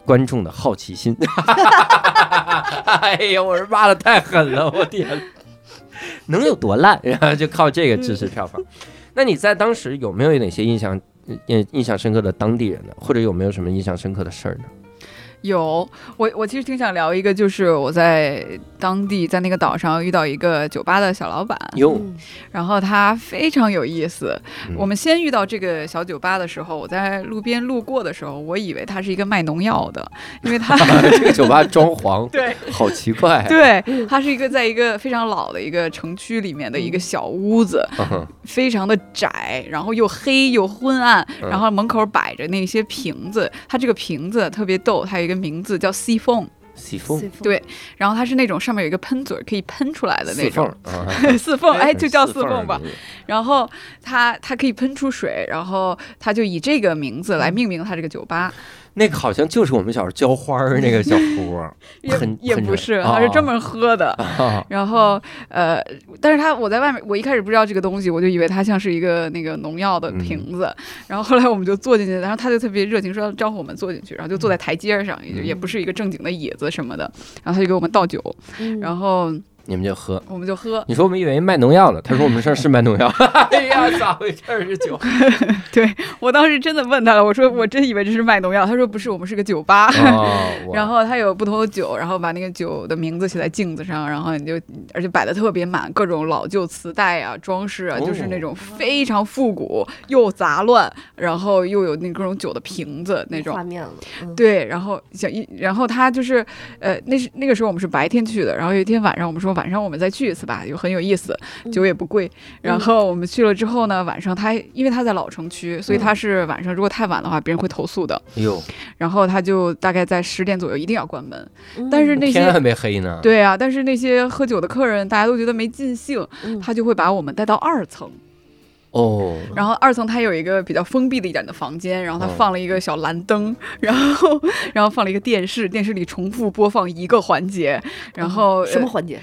观众的好奇心。 哎呀，我是骂的太狠了，我天，能有多烂？然后就靠这个支持票房。那你在当时有没有哪些印象印印象深刻的当地人呢？或者有没有什么印象深刻的事儿呢？有我，我其实挺想聊一个，就是我在当地在那个岛上遇到一个酒吧的小老板，哟，嗯然后他非常有意思。嗯我们先遇到这个小酒吧的时候，我在路边路过的时候，我以为他是一个卖农药的，因 为他 这个酒吧装潢 对好奇怪。啊对，他是一个在一个非常老的一个城区里面的一个小屋子，嗯非常的窄，然后又黑又昏暗，嗯然后门口摆着那些瓶子，它这个瓶子特别逗，它有一个名字叫 C 凤，西风。对然后它是那种上面有一个喷嘴儿可以喷出来的那四缝种。儿啊，四凤， 哎，就叫四缝凤儿吧。。然后它它可以喷出水，然后它就以这个名字来嗯命名它这个酒吧，那个好像就是我们小时候浇花儿那个小壶儿，也很也很不是，啊它是专门喝的。 啊然后，呃，但是它我在外面，我一开始不知道这个东西，我就以为它像是一个那个农药的瓶子。嗯然后后来我们就坐进去，然后他就特别热情说招呼我们坐进去，然后就坐在台阶上，也嗯也不是一个正经的椅子什么的。然后他就给我们倒酒，嗯然后你们就喝。我们就喝。你说我们以为卖农药呢，他说我们这儿是卖农药。 哎呀，咋回事儿？这 酒我当时真的问他了，我说我真以为这是卖农药，他说不是，我们是个酒吧。 哦，然后后它有不同的酒，然后把那个酒的名字写在镜子上，然后你就，而且摆的特别满，各种老旧磁带啊、装饰啊，就是那哦种非常复古又杂乱，然后又有那各种酒的瓶子那种画。面了，嗯，对，然后想一，然后他就是，呃，那是那个时候我们是白天去的，然后有一天晚上我们说晚上我们再去一次吧，就很有意思，酒也不贵。然后我们去了之后呢，晚上他因为他在老城区，所以他是晚上如果太晚的话，别人会投诉的。哟，然后他就大概在十点左右一定要关门，嗯但是那天些还没黑呢。对啊，但是那些喝酒的客人，大家都觉得没尽兴，嗯他就会把我们带到二层。哦，然后二层它有一个比较封闭的一点的房间，然后他嗯放了一个小蓝灯，然后然后放了一个电视，电视里重复播放一个环节，嗯然后、什么环节？呃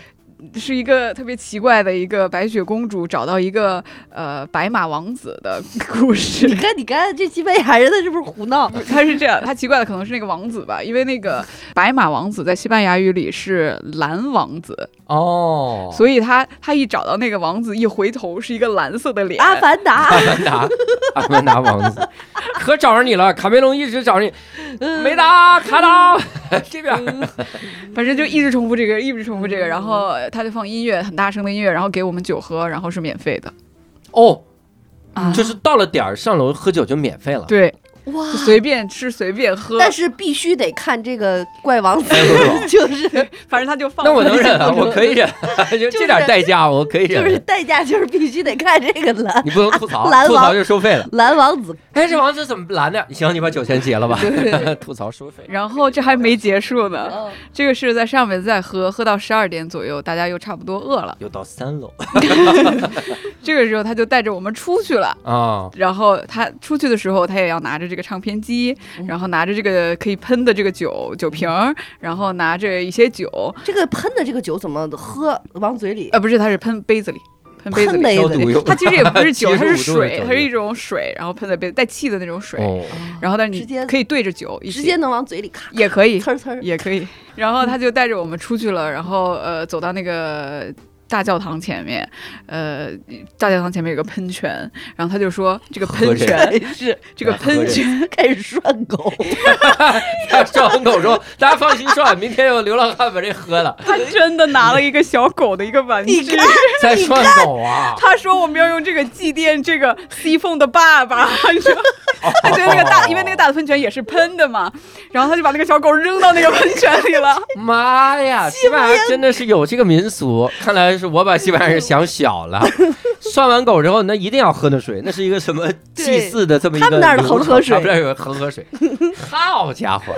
是一个特别奇怪的一个白雪公主找到一个呃白马王子的故 事你。看，你看，这西班牙人他是不是胡 闹？他是这样，他奇怪的可能是那个王子吧，因为那 个白马王子在西班牙语里是蓝王子，哦，所以他他一找到那个王子，一回头是一个蓝色的脸。啊阿凡达阿凡达，阿凡达王子，可找着你了，卡梅隆一直找着嗯你，梅达卡达这边儿反正就一直重复这个，一直重复嗯这个，然后他就放音乐，很大声的音乐，然后给我们酒喝，然后是免费的。哦，啊就是到了点儿上楼喝酒就免费了。对， 哇！就随便吃随便 喝，但是必须得看这个怪王子， 哎就是 反正他就放那我能忍啊，了我 可以忍， 就这点代价我可以就忍。啊是代价就是必须得看这个蓝 你不能吐槽，啊蓝吐槽王就收费了。蓝王 子， 哎，这王子怎么拦的？行，你把酒钱结 了吧。吐槽收费。然后这还没结束呢，嗯这个是在上面再喝，喝到十二点左右，大家又差不多饿了。又到三楼这个时候他就带着我们出去了。啊，然后他出去的时候，他也要拿着这个唱片机，嗯然后拿着这个可以喷的这个酒酒瓶儿，然后拿着一些酒，这个喷的这个酒怎么喝往嘴里？呃，不是，他是喷 杯子里，喷杯子喷里。杯消子里毒用。它其实也不是酒， 75它是度的水酒，它是一种水，然后喷在杯子带气的那种水。 哦，然后但是直接你可以对着酒一起，直接能往嘴里咔，也可以，呲儿呲儿。也可以。然后他就带着我们出去了，然后呃，走到那个大教堂前面，呃，大教堂前面有个喷泉，然后他就说这个喝啊喷这泉，是这个喷泉，开始涮狗，涮完狗说：“大家放心涮，明天有流浪汉把这喝 了，他真的拿了一个小狗的一个玩具。在涮狗 啊。他说我们要用这个祭奠这个西凤的爸爸， 你知道吗他觉得那个大，因为那个大的喷泉也是喷的嘛，然后他就把那个小狗扔到那个喷泉里了。妈呀，西班牙真的是有这个民俗，看来是我把西班牙人想小 了。涮完狗之后，那一定要喝那水，那是一个什么祭祀的这么一个他们那儿的恒河水流程他们那儿有恒河 水。好家伙，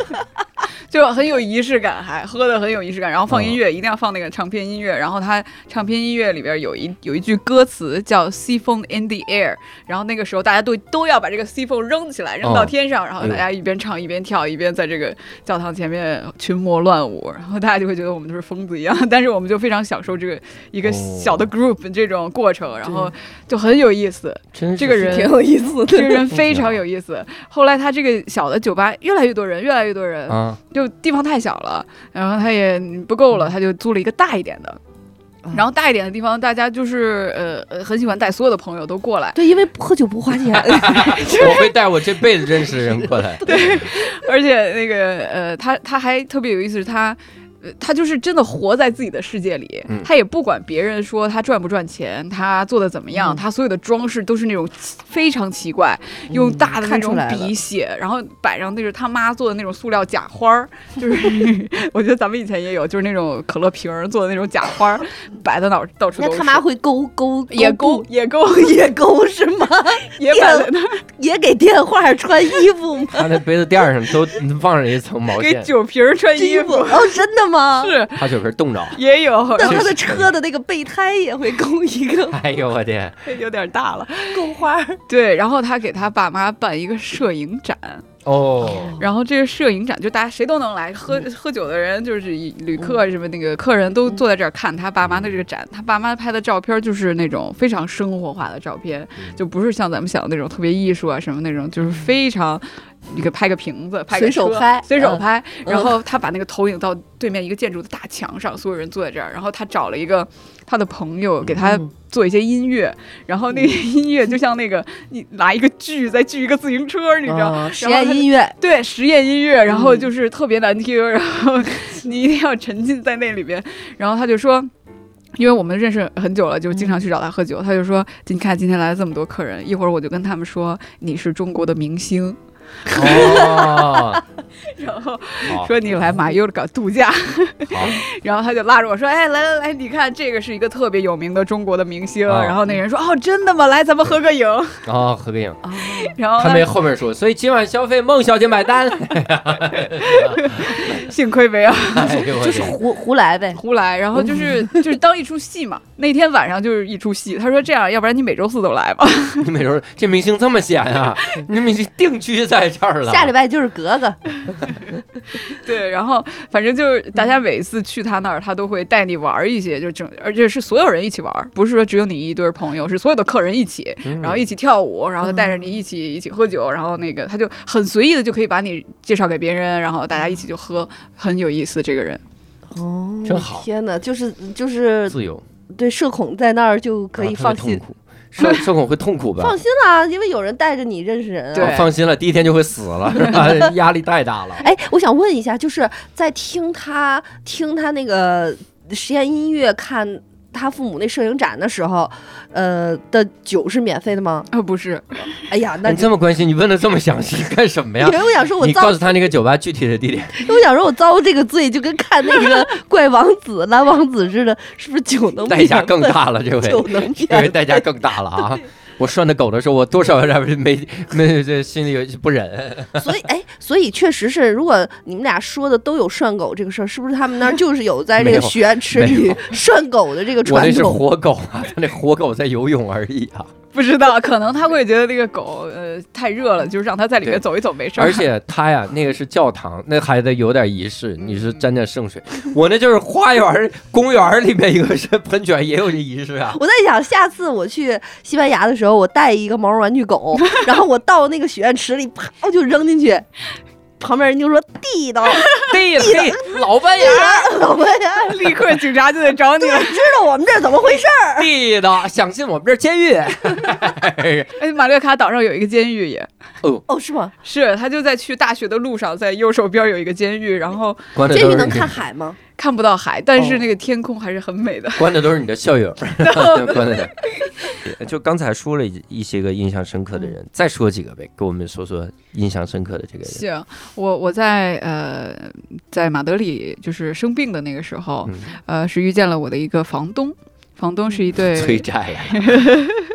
就很有仪式感，还喝的很有仪式感，然后放音乐，一定要放那个唱片音乐，然后他唱片音乐里边有一有一句歌词叫 “sea phone in the air”，然后那个时候大家都都要把这个 sea phone 扔起来，扔到天上，然后大家一边唱一边跳，一边在这个教堂前面 群魔乱舞，然后大家就会觉得我们都是疯子一样，但是我们就非常享受这个一个哦小的 group 这种过程，然后就很有意思。真是这个人 挺有意思 这个的。人非常有意思。后来他这个小的酒吧越来越多人，越来越多人，啊，就地方太小了，然后他也不够了，他就租了一个大一点的。然后大一点的地方，大家就是呃呃很喜欢带所有的朋友都过来，对，因为不喝酒不 花钱，我会带我这辈子认识的人过来。而且那个呃他他还特别有意思，是他。呃他就是真的活在自己的世界里，嗯他也不管别人说他赚不赚钱，他做的怎么样，嗯他所有的装饰都是那种奇非常奇怪，用大的那看出种来了笔写，然后摆上那是他妈做的那种塑料假花儿，就是 我觉得咱们以前也有，就是那种可乐瓶儿做的那种假花儿，摆的到到处那都是。他妈会勾勾也勾勾布也勾 也勾是吗？也摆在那儿，也给电话穿衣服 吗？他那杯子垫儿上都放上一层毛给线，酒瓶儿穿衣衣服服，哦，真的吗？是他酒瓶冻着。也有，那他的车的那个备胎也会勾一个哎呦我天，有点大了。勾花儿，对，然后他给他爸妈办一个摄影展，哦，然后这个摄影展就大家谁都能来，喝嗯喝酒的人就是以旅客啊什么那个客人都坐在这儿看他爸妈的这嗯个展，他爸妈拍的照片就是那种非常生活化的照片，嗯就不是像咱们想的那种特别艺术啊什么那种，就是非常。你可以拍个瓶子，拍个随手车拍随手嗯拍。然嗯后他把那个投影到对面一个建筑的大墙上，所有人坐在这儿。然后他找了一个他的朋友给他嗯做一些音乐，然后那个音乐就像那个你拿一个锯再锯一个自行车，你知道？啊实然后验他音乐，对实验音乐，然后嗯就是特别难听，然 后你一定要沉浸在那里边。然后他就说。因为我们认识很久了，就嗯经常去找他喝酒。他就说：“你看今天来了这么多客人，一会儿我就跟他们说你是中国的明星，哦，然后好，说你来哦马尤港度假。好，然后他就拉着我说：“哎，来来来，你看这个是一个特别有名的中国的明星。哦然后那人说：“哦，真的吗？来，咱们合个 影。哦，合个影。”然后他呢们后面说，所以今晚消费孟小姐买单。幸亏没有哎呦我就是天胡胡来呗。胡来。然后 就是就是当一出戏嘛。那天晚上就是一出戏。他说：“这样，要不然你每周四都来吧。你每周这明星这么闲啊？你这明星定居在这儿了？下礼拜就是格格，” 对，然后反正就是大家每次去他那儿，他都会带你玩一些，就整而且是所有人一起玩，不是说只有你一对朋友，是所有的客人一起。嗯然后一起跳舞，然后带着你一起一起喝酒，然后那个他就很随意的就可以把你介绍给别人，然后大家一起就喝，很有意思。这个人哦真好天哪，就是就是自由对社恐在那儿就可以然后放他会心痛，苦，社社恐会痛苦吧？啊放心啦，因为有人带着你认识人啊。对哦放心了，第一天就会死了，是吧压力太大了。哎，我想问一下，就是在听他听他那个实验音乐看。他父母那摄影展的时候，呃的酒是免费的吗？啊，不是，哎呀，那你这么关心，你问的这么详细干什么呀因？为我想说我你遭告诉他那个酒吧具体的地点，因为我想说，我遭这个罪就跟看那个怪王子、蓝王子似的，是不是酒能代价免更费大了。这酒回，能免这回费代价更大了啊！我涮的狗的时候，我多少有点没没这心里有不忍。所以哎，所以确实是，如果你们俩说的都有涮狗这个事儿，是不是他们那儿就是有在这没个有学院池没里有 涮狗的这个我那传是统？活狗啊，他那活狗在游泳而已啊。不知道，可能他会觉得那个狗呃太热了，就是让它在里对面走一走没事儿。而且他呀，那个是教堂，那还得有点仪式。你是沾点圣水，我那就是花园儿、公园儿里面有个是喷泉，也有这仪式 啊。我在想，下次我去西班牙的时候，我带一个毛绒玩 具狗，然后我到那个许愿池里，啪我就扔进去，旁边人就说地道，对对，老半夜我呀，立刻警察就得找你了。 知道我们这儿怎么回事儿？地道，想进我们这儿监狱。 哎，马略卡岛上有一个监狱也，哦，是吗？是他就在去大学的路上，在右手边有一个监狱，然后关的监都狱是能你看海吗？看不到海，但是哦那个天空还是很美的。关的都是你的校友， 关的。就刚才说了一些个印象深刻的嗯人，再说几个呗，给我们说说印象深刻的这个人。行，我我在呃在马德里就是生病的那个时候，嗯，呃是遇见了我的一个房东，房东是一催对债 呀，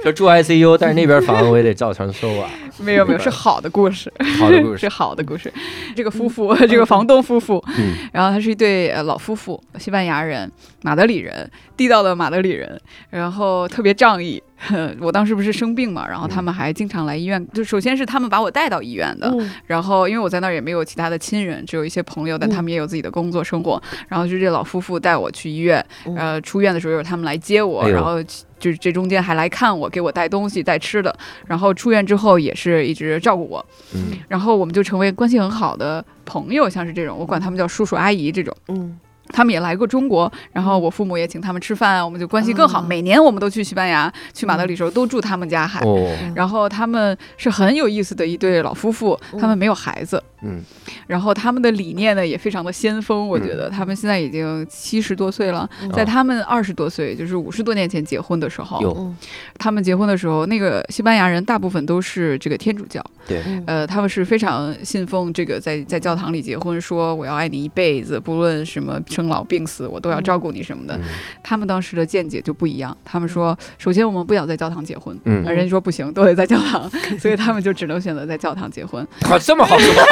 就住 ICU，但是那边房我也得照常收啊。没有没有是好的故事，好 的故是事，好的故事。这个夫妇，这个房东夫妇，嗯，然后他是一对呃老夫妇，西班牙人，马德里人，地道的马德里人，然后特别仗义。 我当时不是生病嘛，然后嗯他们还经常来医院，就首先是他们把我带到医院哦的，嗯，然后因为我在那儿也没有其他的亲人，只有一些朋友，嗯但他们也有自己的工作生活。然后就这老夫妇带我去医院，嗯呃，出院的时候又是他们来接我，哦哎呦然后就是这中间还来看我，给我带东西、带吃的。然后出院之后也是一直照顾我，嗯然后我们就成为关系很好的朋友，像是这种，我管他们叫叔叔阿姨这种。嗯，他们也来过中国，然后我父母也请他们吃饭啊，我们就关系更好。啊嗯每年我们都去西班牙，去马德里的时候都住他们家还。哦，然后他们是很有意思的一对老夫妇，哦嗯他们没有孩子，嗯，然后他们的理念呢也非常的先锋，我觉得他们现在已经七十多岁了，嗯在他们二十多岁，就是五十多年前结婚的时候，有，他们结婚的时候，那个西班牙人大部分都是这个天主教，对，嗯呃，他们是非常信奉这个在在教堂里结婚，说我要爱你一辈子，不论什么生老病死，我都要照顾你什么的。嗯他们当时的见解就不一样，他们嗯说，首先我们不想在教堂结婚。嗯，而人家说不行，都得在教堂， 所以他们就只能选择在教堂结婚。好，这么好说 话，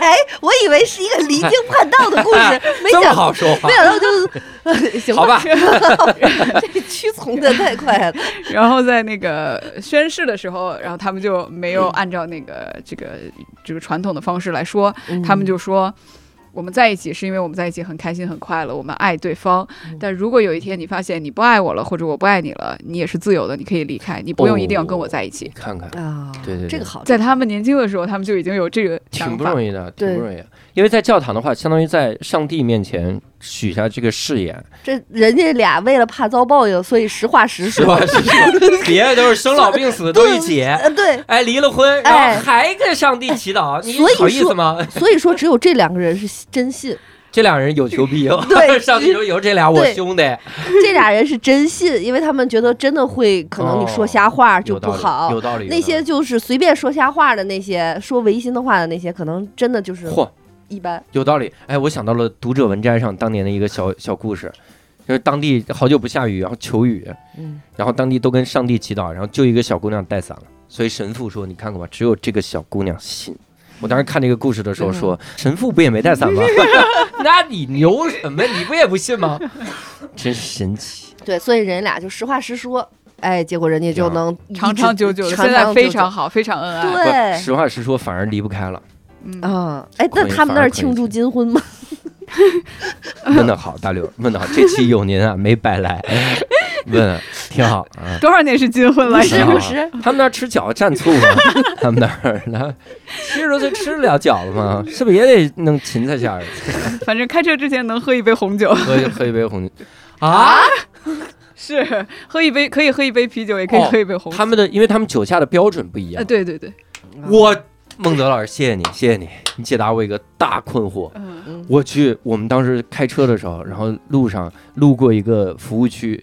哎，我以为是一个离经叛道的故 事，没这么想好说话没，想到就是，呃 行好吧，吧，这屈从的太快 了。然后在那个宣誓的时候，然后他们就没有按照那个这个这个传统的方式来说，嗯嗯他们就说。我们在一起是因为我们在一起很开心很快乐，我们爱对方。但如果有一天你发现你不爱我了，或者我不爱你了，你也是自由的，你可以离开，你不用一定要跟我在一起你。看嗯看，啊，对对对这个好，在他们年轻的时候，他们就已经有这个挺想不法容。易的，挺对不容易的，因为在教堂的话，相当于在上帝面前许下这个誓言， 这人家俩为了怕遭报应，所以实话实是说。吧？是 吧？别的都是生老病死都一起，呃，对，哎，离了婚，然哎后还跟上帝祈祷，你所以好意思说吗？ 所以说只有这两个人是真信，这两人有求必 应，对上帝说有这俩我对兄弟，这俩人是真信，因为他们觉得真的会可能你说瞎话就哦有不道理，好。有道理。有那道些理就是随便说瞎话的那些，说违心的话的那些，可能真的就是嚯，一般。有道理。哎，我想到了读者文摘上当年的一个小小故事，就是当地好久不下雨，然后求雨，嗯，然后当地都跟上帝祈祷，然后就一个小姑娘带伞了。所以神父说：“你看看吧，只有这个小姑娘信。”我当时看这个故事的时候嗯说：“神父不也没带伞吗？ 那你牛什么？你不也不信吗？ 真神奇！对，所以人俩就实话实说，哎，结果人家就能一直长长久久的，长现在长久非常好，非常恩爱。不，对。实话实说，反而离不开了，嗯，啊，哎，可那以他们反那而儿可以庆祝金 婚吗？问的好，大刘问的好，这期有您啊，没白来， 问得挺好啊。”多少年是金婚了？是是啊不是？他们那儿吃饺子蘸醋吗？ 他们那儿那七十多岁 吃得了饺子吗？是不是也得弄芹菜馅儿？反正开车之前能喝一杯红酒， 喝一喝一杯红酒啊？是喝一杯可以喝一杯啤酒，也可以哦喝一杯红酒。他们的因为他们酒驾的标准不一啊，样。对对对，我孟德老师，谢谢你，谢谢你，你解答我一个大困惑。嗯，嗯我去，我们当时开车的时候，然后路上路过一个服务区，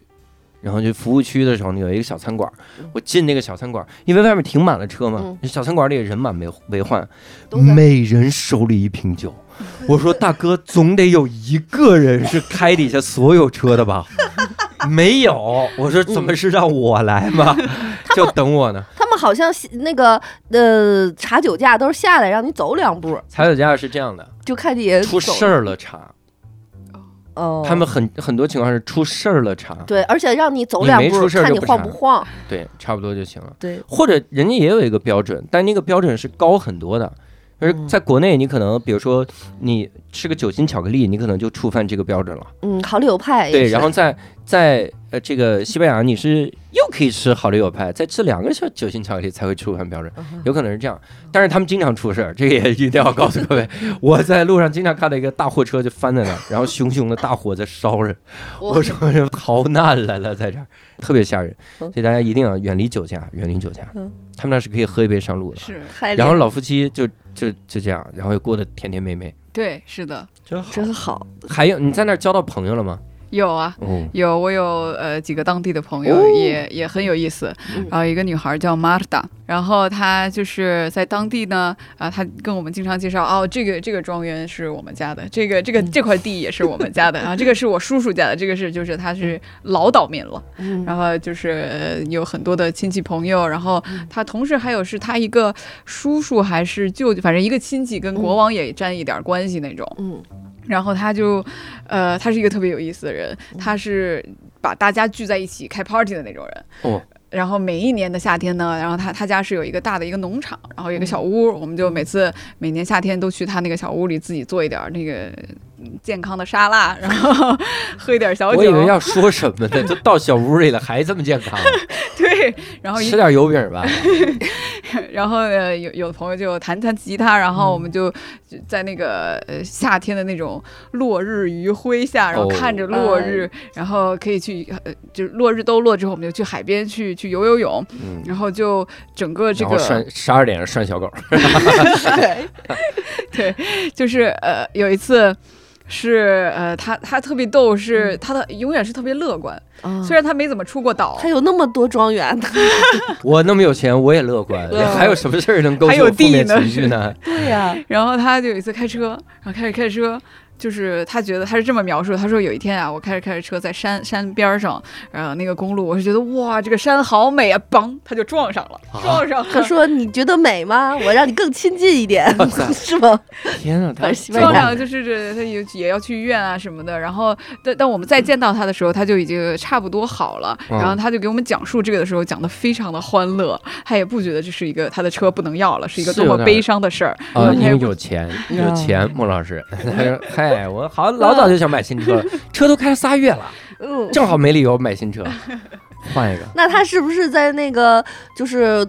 然后就服务区的时候呢，有一个小餐馆，嗯我进那个小餐馆，因为外面停满了车嘛，小餐馆里人满为为患，都在每人手里一瓶 酒。我说大哥，总得有一个人是开底下所有车的 吧？没有，我说怎么是让我来嘛？ 就等我呢。嗯他们好像是那个呃查酒驾都是下来让你走两步，踩酒驾是这样的，就看你出事儿。儿了查，哦，他们很很多情况是出事儿了查，对，而且让你走你两没步出，事儿看就你不晃查不晃。对，差不多就行了。对，或者人家也有一个标准，但那个标准是高很多的。而嗯在国内，你可能比如说你吃个酒心巧克力，你可能就触犯这个标准了。嗯，好利友派也对，是然后在在呃这个西班牙，你是又可以吃好丽友派，再吃两个小酒心巧克力才会触犯标准，嗯有可能是这样。但是他们经常出事儿，这个也一定要告诉各位。我在路上经常看到一个大货车就翻在那儿，然后熊熊的大火在烧着，我说 这逃难来了，在这儿特别吓人，所嗯以大家一定要远离酒驾，远离酒驾嗯。他们那是可以喝一杯上路的，是太厉然害后老夫妻就就就这样，然后又过得甜甜美美，对，是的，真好。真好，还有你在那儿交到朋友了吗？有啊。哦，有，我有呃几个当地的朋友，哦也也很有意思。嗯然后一个女孩叫 Marta，然后她就是在当地呢，啊、她跟我们经常介绍，哦，这个这个庄园是我们家的，这个这嗯个这块地也是我们家的，然后这个是我叔叔家的，这个是就是她嗯是老岛民了。嗯然后就是呃有很多的亲戚朋友，然后嗯他同时还有是他一个叔叔还是舅舅，反正一个亲戚跟哦国王也沾一点关系那种。嗯然后他就，呃，他是一个特别有意思的人，他是把大家聚在一起开 party 的那种人。哦。然后每一年的夏天呢，然后他他家是有一个大的一个农场，然后有一个小屋，我们就每次每年夏天都去他那个小屋里自己做一点儿那个嗯健康的沙拉，然后喝一点小酒。我以为要说什么呢，就到小屋里了，还这么健康， 啊对，然后一吃点油饼吧。然后呃，有有的朋友就弹弹吉他，然后我嗯们就就在那个呃夏天的那种落日余晖下，然后哦看着落日，然后可以去呃，就是落日都落之后，我们就去海边去去游游泳，嗯，然后就整个这然后个拴十二点上拴小狗，就是呃有一次。是呃，他他特别逗，嗯是他的永远是特别乐观，啊虽然他没怎么出过岛，还有那么多庄园呢，我那么有钱，我也乐观，对还有什么事儿能勾还起有我负面地呢情绪 呢？对 呀，然后他就有一次开车，然后开始开车，就是他觉得他是这么描述的，他说有一天啊，我开着开着车在山山边儿上，然后那个公路，我是觉得哇，这个山好美啊，嘣，他就撞上了，撞上他了。说你觉得美吗？我让你更亲近一点， 是吗？天啊，他而西班撞牙上了就是这，他也也要去医院啊什么的。然后，但但我们再见到他的时候，他就已经差不多好了。嗯然后他就给我们讲述这个的时候，讲的非常的欢乐，他也不觉得这是一个他的车不能要了，是一个是多有么点儿悲伤的事儿。啊，然后他因也为不有钱，有钱，嗯孟老师，他说：“嗨，我好老早就想买新车了，车都开了仨月了，嗯，正好没理由买新车，换一个。那他是不是在那个就是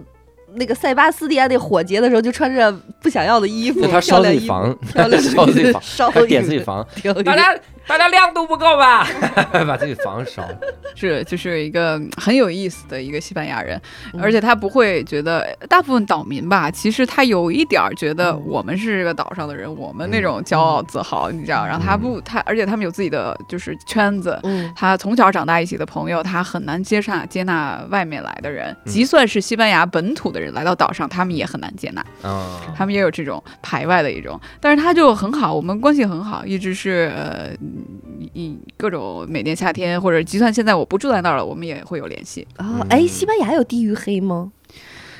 那个塞巴斯蒂安那火节的时候，就穿着不想要的衣服那，他漂烧自亮己衣服，房，漂亮 烧自己房，烧他点自己房，漂亮大家大家亮度不够吧？ 把自己房烧了。是就是一个嗯很有意思的一个西班牙人，而且他不会觉得大部分岛民吧，其实他有一点儿觉得我们是这个岛上的人，我们那种骄傲自豪，你知道，然后他不他，而且他们有自己的就是圈子。嗯他从小长大一起的朋友，他很难接纳接纳外面来的人，即算是西班牙本土的人来到岛上，他们也很难接纳，啊，他们也有这种排外的一种。但是他就很好，我们关系很好，一直是呃，以各种每年夏天或者就算现在我不住在那儿了，我们也会有联系。啊，哎，西班牙有地域黑吗？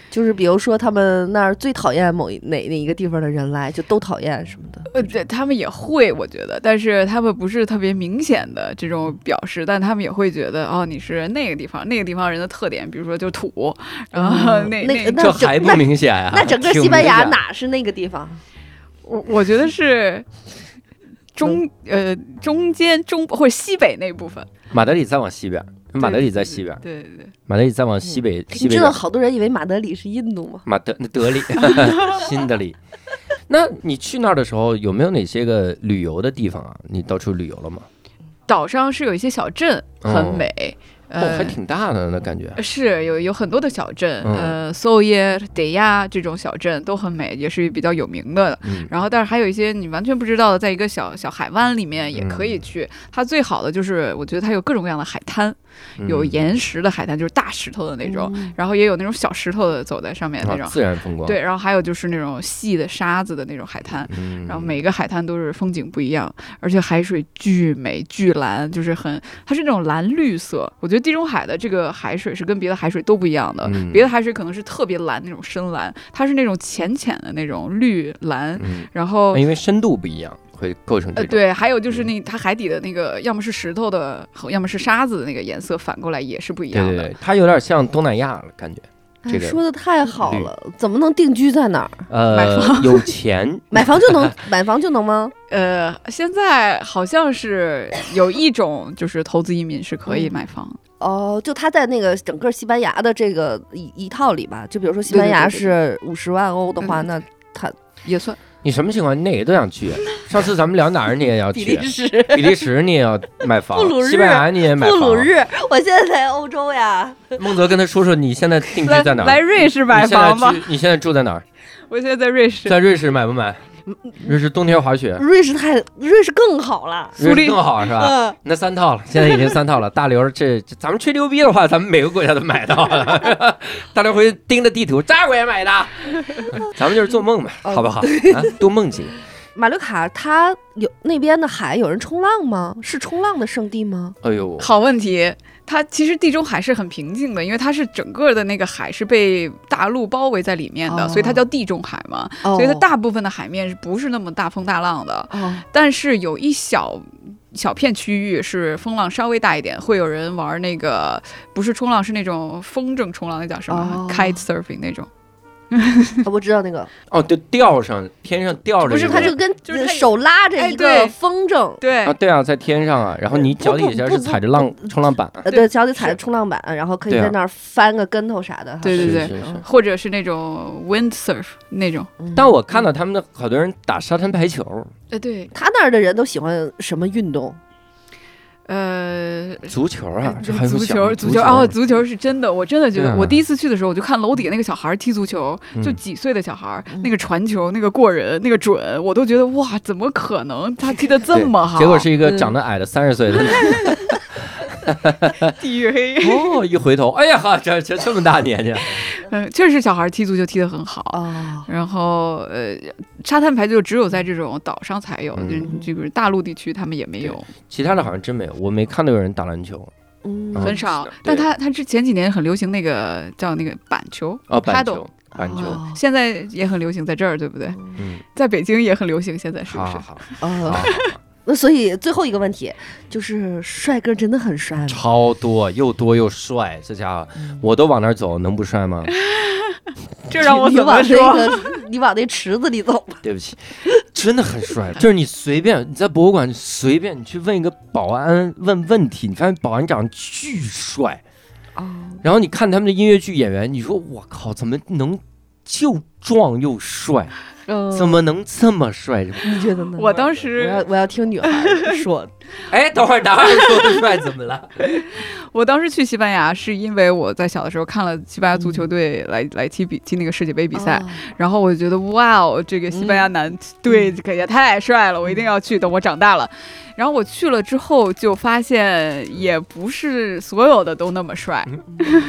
就是比如说他们那儿最讨厌某一哪哪一个地方的人来，就都讨厌什么的。呃，对他们也会，我觉得，但是他们不是特别明显的这种表示，但他们也会觉得，哦，你是那个地方那个地方人的特点，比如说就土，然后嗯那、那个那这还不明显啊？那整个挺西班明牙显哪是那个地方？我我觉得是中嗯呃中间中或者西北那部分，马德里再往西边，马德里在西边，对对对，马德里再往西北，西北你知道边好多人以为马德里是印度吗？马德德 里，新德里。那你去那儿的时候，有没有哪些个旅游的地方啊？你到处旅游了吗？岛上是有一些小镇哦很美。哦，呃还，挺大的那感觉。是有有很多的小镇，嗯呃，索耶、德亚这种小镇都很美，也是比较有名的。嗯然后，但是还有一些你完全不知道的，在一个小小海湾里面也可以嗯去。它最好的就是，我觉得它有各种各样的海滩，有嗯岩石的海滩，就是大石头的那种，然后也有那种小石头的走在上面那啊种，自然风光。对，然后还有就是那种细的沙子的那种海滩。嗯，然后每个海滩都是风景不一样，而且海水巨美巨蓝，就是很它是那种蓝绿色。我觉得地中海的这个海水是跟别的海水都不一样的，嗯别的海水可能是特别蓝那种深蓝，它是那种浅浅的那种绿蓝，嗯，然后。因为深度不一样，会构成呃，这种。对，还有嗯就是那它海底的那个，要么是石头的，要么是沙子的那个颜色，反过来也是不一样对的。对对，它有点像东南亚了感觉。这个哎说的太好绿了，怎么能定居在那儿？呃，有钱买房就 能买房就能吗？呃，现在好像是有一种就是投资移民是可嗯以买房，哦，就他在那个整个西班牙的这个一一套里吧，就比如说西班牙对对是五十万欧的话，嗯那也算你什么情况？你哪个都想 去？上次咱们聊哪儿你也要去？时、比利时你也要买房布鲁，日西班牙你也买布房。鲁日，我现在在欧洲呀，孟泽跟他说说你现在定居在哪来儿？瑞士买你现在房吧。居你现在住在哪儿？我现在在瑞士，在瑞士买不买？嗯瑞士冬天滑雪，瑞士太瑞士更好了，瑞苏士黎更好是吧？嗯，那三套了，现在已经三套了。大刘这这咱们吹牛逼的话，咱们每个国家都买到了。大刘回去盯着地图，这我也买的。咱们就是做梦嘛，哦好不好？啊，多梦 几个。马略卡它有那边的海有人冲浪吗？是冲浪的圣地吗？哎呦，好问题。它其实地中海是很平静的，因为它是整个的那个海是被大陆包围在里面的，哦所以它叫地中海嘛。哦所以它大部分的海面是不是那么大风大浪的，哦但是有一小。小片区域是风浪稍微大一点，会有人玩那个不是冲浪，是那种风筝冲浪，那叫什么、哦 kite surfing 那种。啊我知道那个，哦，就吊上天上吊着一个，不是他就跟就是它手拉着哎一个对风筝，对，啊，对啊，在天上啊，然后你脚底下是踩着浪冲浪板啊，呃，对对，脚底踩着是冲浪板，然后可以对啊在那儿翻个跟头啥的。对对对是是是或者是那种 wind surf 那种。嗯但我看到他们的好多人打沙滩排球、呃，对，他那儿的人都喜欢什么运动？呃，足球啊，这还有足小球，足啊足球哦，足球是真的，我真的觉得，对啊我第一次去的时候，我就看楼底下那个小孩儿踢足球，就嗯几岁的小孩儿嗯，那个传球，那个过人，那个准，我都觉得哇，怎么可能他踢得这对么好？嗯结果是一个长得矮的三十岁的， 地 域黑，哦，一回头，哎呀哈，这这这么大年纪，啊嗯，确实小孩儿踢足球踢得很好。哦，然后，呃，沙滩排球只有在这种岛上才有，嗯就是这个大陆地区他们也没有，其他的好像真没有，我没看到有人打篮球嗯，对很嗯少对。但他他之前几年很流行那个叫那个板球哦，板 paddle 球，板球，哦现在也很流行在这儿，对不对？嗯，在北京也很流行，现在是不好是好？好，好好哦，好那所以最后一个问题就是，帅哥真的很帅 吗？超多，又多又帅，这家伙，嗯我都往那儿走，能不帅 吗？这让我你怎么往说？ 那个，你往那池子里走吧。对不起，真的很 帅。就是你随便你在博物馆随便你去问一个保安问问题，你发现保安长得巨帅，哦，然后你看他们的音乐剧演员，你说我靠，怎么能又壮又帅？怎么能这么帅？你觉得呢？嗯我当我要时，我要听女孩儿说，哎，等会儿男孩 说的帅怎么了？我当时去西班牙是因为我在小的时候看了西班牙足嗯球队来、来踢比踢那个世界杯比赛，哦然后我就觉得哇哦，这个西班嗯牙男队这个也太帅了，我一定要去。等我长大了，然后我去了之后就发现也不是所有的都那么帅，嗯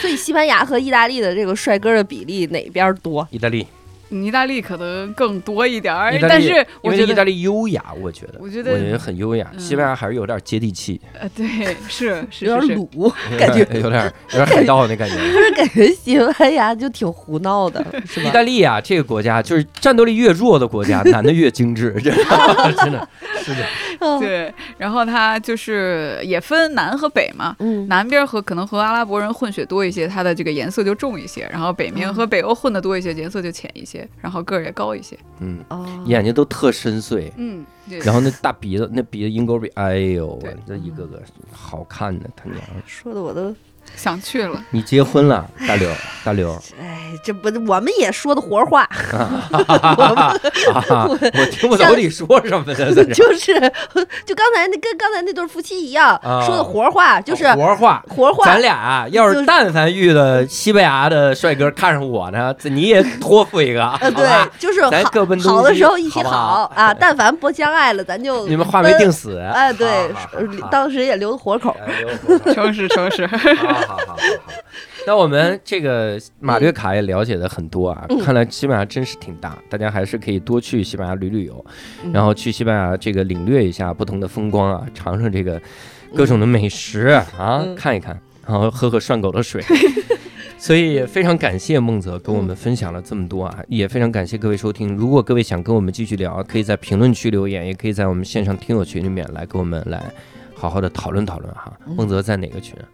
所以西班牙和意大利的这个帅哥的比例哪边儿多？意大利，意大利可能更多一点儿意，大利哎但是因我为觉意大得。利优雅，我觉得。我我觉觉得得很优雅，嗯西班牙还是有点接地气，呃，对，是是有点是是，鲁， 感觉 有点有点有点海盗那感觉。不是感觉西班牙就挺胡闹 的， 是意吧？大利啊，这个国家就是战斗力越弱的国家，男的越精 致，真的真的是的。嗯对，然后他就是也分南和北嘛，嗯，南边和可能和阿拉伯人混血多一些，它的这个颜色就重一些；然后北面和北欧混的多一些，颜色就浅一些，然后个儿也高一些。嗯，哦眼睛都特深邃，嗯，对然后那大鼻子，那鼻子鹰钩鼻，哎呦对，这一个个好看的他娘的。说的我都想去了，你结婚了，大刘，大 刘，哎，这不，我们也说的活话，啊我听不懂你说什么 的，在这就是 就刚才那跟刚才那对夫妻一样，啊说的活话，就是活话。活话。咱俩啊要就是是但凡遇到西班牙的帅哥看上我呢，这你也托付一个，呃，好对吧？，就是咱好各奔东好的西时候一好起不好好啊，但凡不相爱了，咱就你们话没定死。哎，对好好，好呃当时也留的活口。哎呦我操诚实诚 实。 好好好好好。那我们这个马略卡也了解的很多啊，嗯看来西班牙真是挺大，大家还是可以多去西班牙旅旅游，嗯然后去西班牙这个领略一下不同的风光啊，尝尝这个各种的美食啊，嗯看一看，然后喝喝涮狗的 水。所以也非常感谢孟泽跟我们分享了这么多嗯啊，也非常感谢各位收听。如果各位想跟我们继续聊，可以在评论区留言，也可以在我们线上听友群里面来跟我们来好好的讨论讨论哈。嗯孟泽在哪个群？啊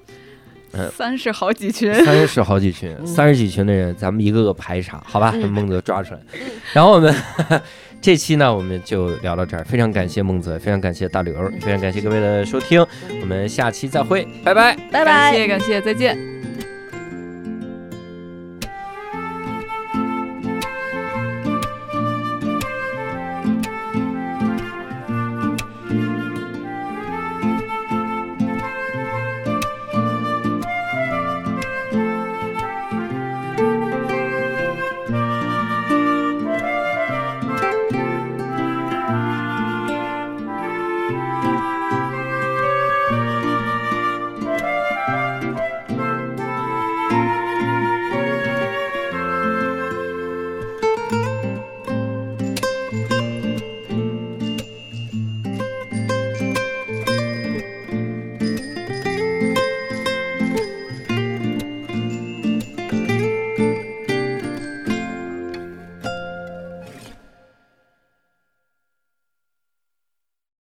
三十好几群，三十好几群，嗯三十几群的人，咱们一个个排查，好吧？嗯孟泽抓出来。然后我们这期呢，我们就聊到这儿，非常感谢孟泽，非常感谢大刘，非常感谢各位的收听，我们下期再会，拜拜。拜感拜。谢感谢，再见。